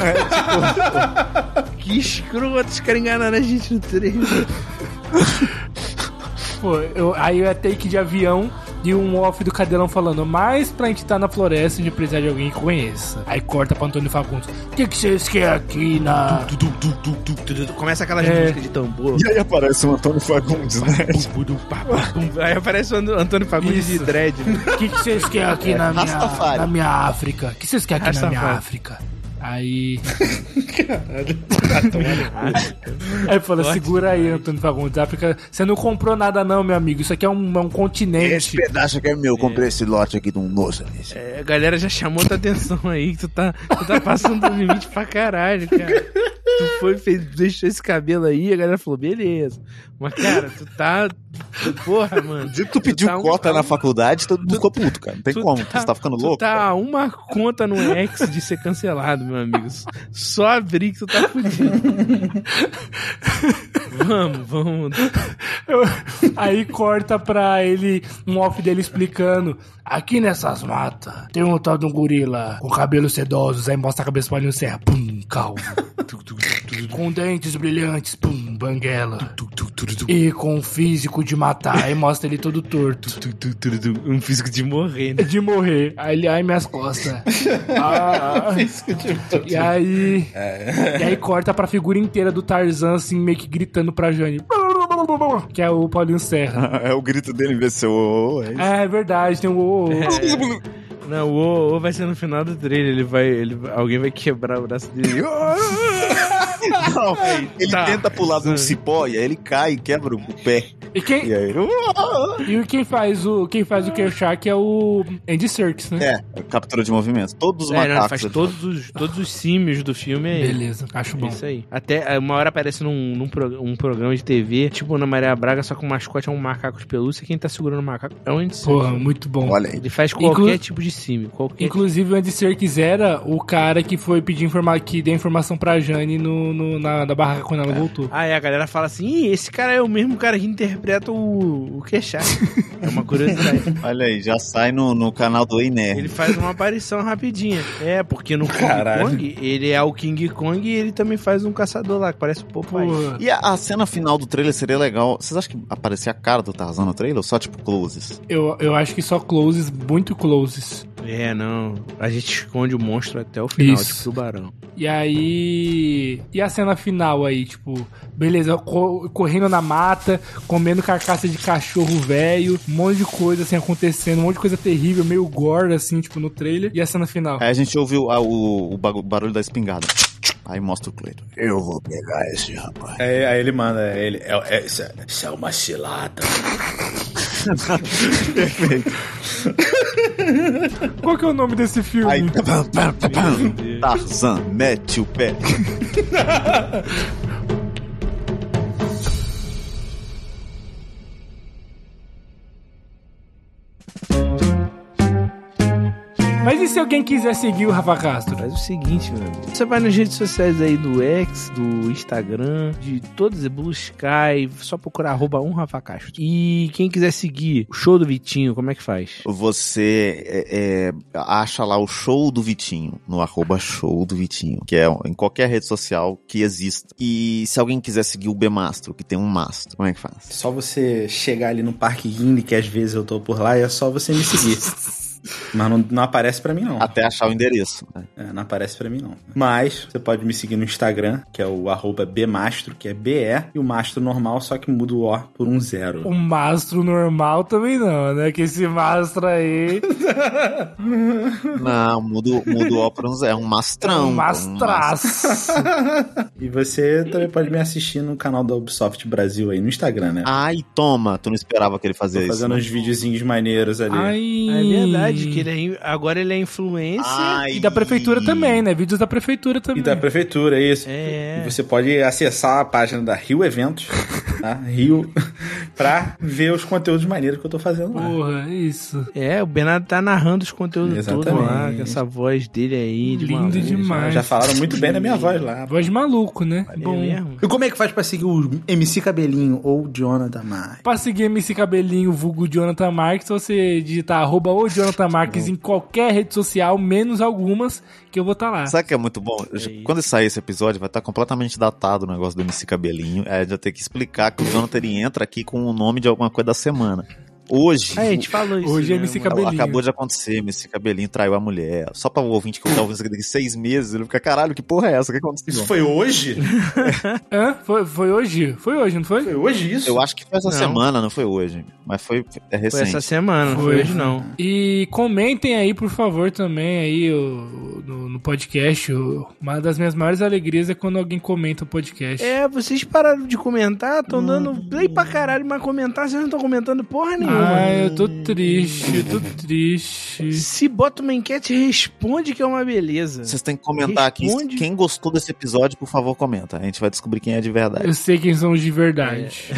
Speaker 3: É, tipo, que escroto, os caras enganaram a gente no trailer.
Speaker 1: Pô, eu- aí é take de avião e um off do Cadelão falando, mas pra gente tá na floresta, a gente precisa de alguém que conheça. Aí corta pra Antônio Fagundes. O que que vocês querem aqui na...
Speaker 3: Tu, tu, tu, tu, tu, tu, tu. Começa aquelas
Speaker 1: É.
Speaker 3: músicas de tambor.
Speaker 2: E aí aparece o Antônio Fagundes, né?
Speaker 3: Aí aparece o Ando- Antônio Fagundes de
Speaker 1: Isso.
Speaker 3: dread. né?
Speaker 1: O que que vocês querem aqui na, minha,
Speaker 2: Rastafari.
Speaker 1: na minha África? O que vocês querem aqui na minha
Speaker 3: Rastafari.
Speaker 1: África? Aí... Aí fala, segura aí, Antônio Fagundes. África, você não comprou nada não, meu amigo. Isso aqui é um, é um continente.
Speaker 7: Esse pedaço aqui é meu, comprei esse lote aqui de um
Speaker 2: né?
Speaker 7: moço.
Speaker 3: É, a galera já chamou tua atenção aí, que tu tá, tu tá passando do limite pra caralho, cara. Tu foi, fez, deixou esse cabelo aí, a galera falou, beleza. Mas, cara, tu tá. Porra, mano.
Speaker 2: Se tu pediu
Speaker 3: tá um-
Speaker 2: cota na
Speaker 3: um-
Speaker 2: faculdade, todo mundo ficou puto, cara. Não tem
Speaker 3: tu
Speaker 2: como,
Speaker 3: tá-
Speaker 2: você tá ficando
Speaker 3: tu
Speaker 2: louco.
Speaker 3: tá a uma conta no X de ser cancelado, meu amigo. Só abrir que tu tá fudido. vamos, vamos.
Speaker 1: Eu- Aí corta pra ele um off dele explicando. Aqui nessas matas tem um tal de um gorila com cabelos sedosos, aí mostra a cabeça pra ele e serra, pum, calvo. Tu, tu, tu, tu, com dentes brilhantes, pum, banguela. E com um físico de matar, aí mostra ele todo torto.
Speaker 3: Tu, tu, tu, tu, Um físico de morrer, né?
Speaker 1: De morrer. Aí ele, ai, minhas costas. Ah, e aí. E aí corta pra figura inteira do Tarzan, assim, meio que gritando pra Jane. Que é o Paulinho Serra.
Speaker 2: É o grito dele em vez de ser o... é isso.
Speaker 1: É, é verdade, tem um o.
Speaker 3: É. Não, o, o vai ser no final do trailer, ele vai. Ele, alguém vai quebrar o braço dele.
Speaker 2: Não, ele
Speaker 3: Tá.
Speaker 2: tenta pular de um cipó e aí ele cai e quebra o pé.
Speaker 1: E quem,
Speaker 2: E aí ele...
Speaker 1: e quem faz o quem faz o Kershak é o Andy Serkis, né?
Speaker 2: É, captura de movimento. Todos os
Speaker 3: É, não, ele
Speaker 2: macacos.
Speaker 3: faz
Speaker 2: ele
Speaker 3: todos os, todos os símios do filme aí.
Speaker 1: Beleza, acho bom.
Speaker 3: É. Isso aí. Até é, uma hora aparece num, num pro- um programa de TV, tipo na Maria Braga, só que o mascote é um macaco de pelúcia e quem tá segurando o macaco é o Andy
Speaker 1: Porra,
Speaker 3: Serkis.
Speaker 1: muito bom.
Speaker 7: Olha aí.
Speaker 3: Ele faz
Speaker 1: Inclu-
Speaker 3: qualquer tipo de símio. Qualquer...
Speaker 1: Inclusive o Andy Serkis era o cara que foi pedir informa que deu informação pra Jane no, no- na, na barraca quando ela voltou.
Speaker 3: Ah, é, a galera fala assim, Ih, esse cara é o mesmo cara que interpreta o, o Queixar. é uma curiosidade.
Speaker 2: Olha aí, já sai no, no canal do
Speaker 1: É.
Speaker 2: Iner.
Speaker 3: Ele faz uma aparição rapidinha. É, porque no King
Speaker 4: Caralho.
Speaker 3: Kong, ele é o King Kong e ele também faz um caçador lá, que parece o Popeye.
Speaker 1: Porra.
Speaker 2: E a, a cena final do trailer seria legal. Vocês acham que aparecia a cara do Tarzan no trailer ou só tipo closes?
Speaker 1: Eu, eu acho que só closes, muito closes.
Speaker 3: É, não. A gente esconde o monstro até o final,
Speaker 1: Isso.
Speaker 3: tipo tubarão.
Speaker 1: E aí. E a cena final aí, tipo, beleza, co- correndo na mata, comendo carcaça de cachorro velho, um monte de coisa assim acontecendo, um monte de coisa terrível, meio gore, assim, tipo, no trailer. E a cena final.
Speaker 4: É.
Speaker 2: Aí a gente ouviu ah, o, o bagu- barulho da espingarda. Aí mostra o Cleiton. Eu vou pegar esse rapaz.
Speaker 4: Aí, aí ele manda, é ele. É, é, isso, é, isso é uma cilada.
Speaker 1: Qual que é o nome desse filme?
Speaker 2: Aí, pam, pam, pam, pam. Tarzan mete o pé.
Speaker 1: Mas e se alguém quiser seguir o Rafa Castro?
Speaker 3: Faz o seguinte, meu amigo. Você vai nas redes sociais aí do X, do Instagram, de todos, é Blue Sky, só procurar arroba um Rafa Castro. E quem quiser seguir o show do Vitinho, como é que faz?
Speaker 2: Você é, é, acha lá o show do Vitinho, no arroba show do Vitinho, que é em qualquer rede social que exista. E se alguém quiser seguir o Bemastro, que tem um mastro, como é que faz?
Speaker 4: Só você chegar ali no Parque Guindy, que às vezes eu tô por lá, e é só você me seguir. Mas não, não aparece pra mim,
Speaker 1: Uhum.
Speaker 4: não.
Speaker 2: Até achar o endereço. né?
Speaker 4: É, não aparece pra mim, não. Mas você pode me seguir no Instagram, que é o arroba Bmastro, que é BE, e o mastro normal, só que muda o O por um zero.
Speaker 1: O mastro normal também não, né? Que esse mastro aí.
Speaker 2: Não, muda o- muda o óculos, é um mastrão.
Speaker 1: Um
Speaker 2: um mastro.
Speaker 1: mastraço.
Speaker 4: E você também pode me assistir no canal da Ubisoft Brasil aí no Instagram, né?
Speaker 2: Ai, toma, tu não esperava que ele
Speaker 4: Tô
Speaker 2: fazia isso.
Speaker 4: fazendo
Speaker 2: né?
Speaker 4: uns videozinhos maneiros ali.
Speaker 1: Ai.
Speaker 3: É verdade, que ele é, agora ele é influencer.
Speaker 2: Ah,
Speaker 1: E da prefeitura também, né? Vídeos da prefeitura
Speaker 4: E
Speaker 1: também.
Speaker 4: da prefeitura, é isso.
Speaker 3: É.
Speaker 4: E Você pode acessar a página da Rio Eventos, tá? Rio, pra ver os conteúdos maneiros que eu tô fazendo lá.
Speaker 1: Porra, isso.
Speaker 3: É, o Bernardo tá narrando os conteúdos todos lá,
Speaker 4: Exatamente.
Speaker 3: com essa voz dele aí. De
Speaker 1: Lindo
Speaker 3: maluco.
Speaker 1: demais.
Speaker 4: Já falaram muito bem da minha voz lá.
Speaker 1: Voz de maluco, né?
Speaker 3: É
Speaker 1: Bom.
Speaker 3: mesmo?
Speaker 4: E como é que faz pra seguir o MC Cabelinho ou o Jonathan Mai?
Speaker 1: Pra seguir MC Cabelinho, vulgo Jonathan Marques, você digitar arroba ou Jonathan Marques em qualquer rede social, menos algumas, que eu vou estar lá.
Speaker 2: Sabe que é muito bom? Quando sair esse episódio, vai estar completamente datado o negócio do MC Cabelinho. É, a gente vai ter que explicar que o Jonathan ele entra aqui com o nome de alguma coisa da semana. Hoje,
Speaker 3: Ah, a gente falou isso.
Speaker 1: Hoje é
Speaker 3: né,
Speaker 1: MC
Speaker 3: mano?
Speaker 1: Cabelinho.
Speaker 2: acabou de acontecer, MC Cabelinho traiu a mulher. Só pra o ouvinte que eu tava ouvindo isso aqui daqui seis meses, ele fica, caralho, que porra é essa? O que aconteceu?
Speaker 4: Isso foi hoje?
Speaker 1: Hã? Foi, foi hoje? Foi hoje, não foi?
Speaker 4: Foi hoje isso?
Speaker 2: Eu acho que foi essa
Speaker 3: Não.
Speaker 2: semana, não foi hoje. Mas foi é
Speaker 3: Foi
Speaker 2: recente.
Speaker 3: essa semana, não foi
Speaker 1: Foi.
Speaker 3: hoje não.
Speaker 1: E comentem aí, por favor, também aí o- no, no podcast. o- Uma das minhas maiores alegrias é quando alguém comenta o podcast.
Speaker 3: É, vocês pararam de comentar, estão dando play pra caralho, mas comentar vocês não estão comentando porra nenhuma.
Speaker 1: Ah, eu tô triste, eu tô triste.
Speaker 3: Se bota uma enquete, responde que é uma beleza.
Speaker 2: Vocês têm que comentar
Speaker 3: Responde.
Speaker 2: aqui. Quem gostou desse episódio, por favor, comenta. A gente vai descobrir quem é de verdade.
Speaker 1: Eu sei quem são os de verdade.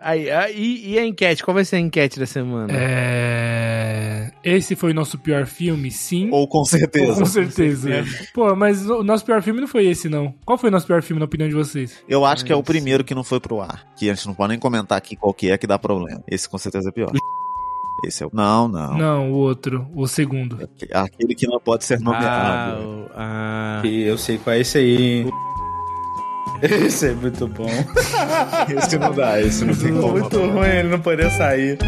Speaker 3: Aí, aí, e- e a enquete? Qual vai ser a enquete da semana?
Speaker 1: É... Esse foi o nosso pior filme, sim.
Speaker 2: Ou com certeza.
Speaker 1: Com certeza. Pô, mas o nosso pior filme não foi esse, não. Qual foi o nosso pior filme, na opinião de vocês?
Speaker 2: Eu acho que é o primeiro que não foi pro ar. Que a gente não pode nem comentar aqui qual que é que dá problema. Esse com certeza é pior. Esse é o. Não, não.
Speaker 1: Não, o outro. O segundo.
Speaker 2: Aquele que não pode ser
Speaker 3: ah,
Speaker 2: nomeado.
Speaker 3: o- ah,
Speaker 4: E eu sei qual é esse aí. Esse é muito bom.
Speaker 2: Esse Ah, não dá, esse não tem como.
Speaker 4: muito ruim ele não poder sair.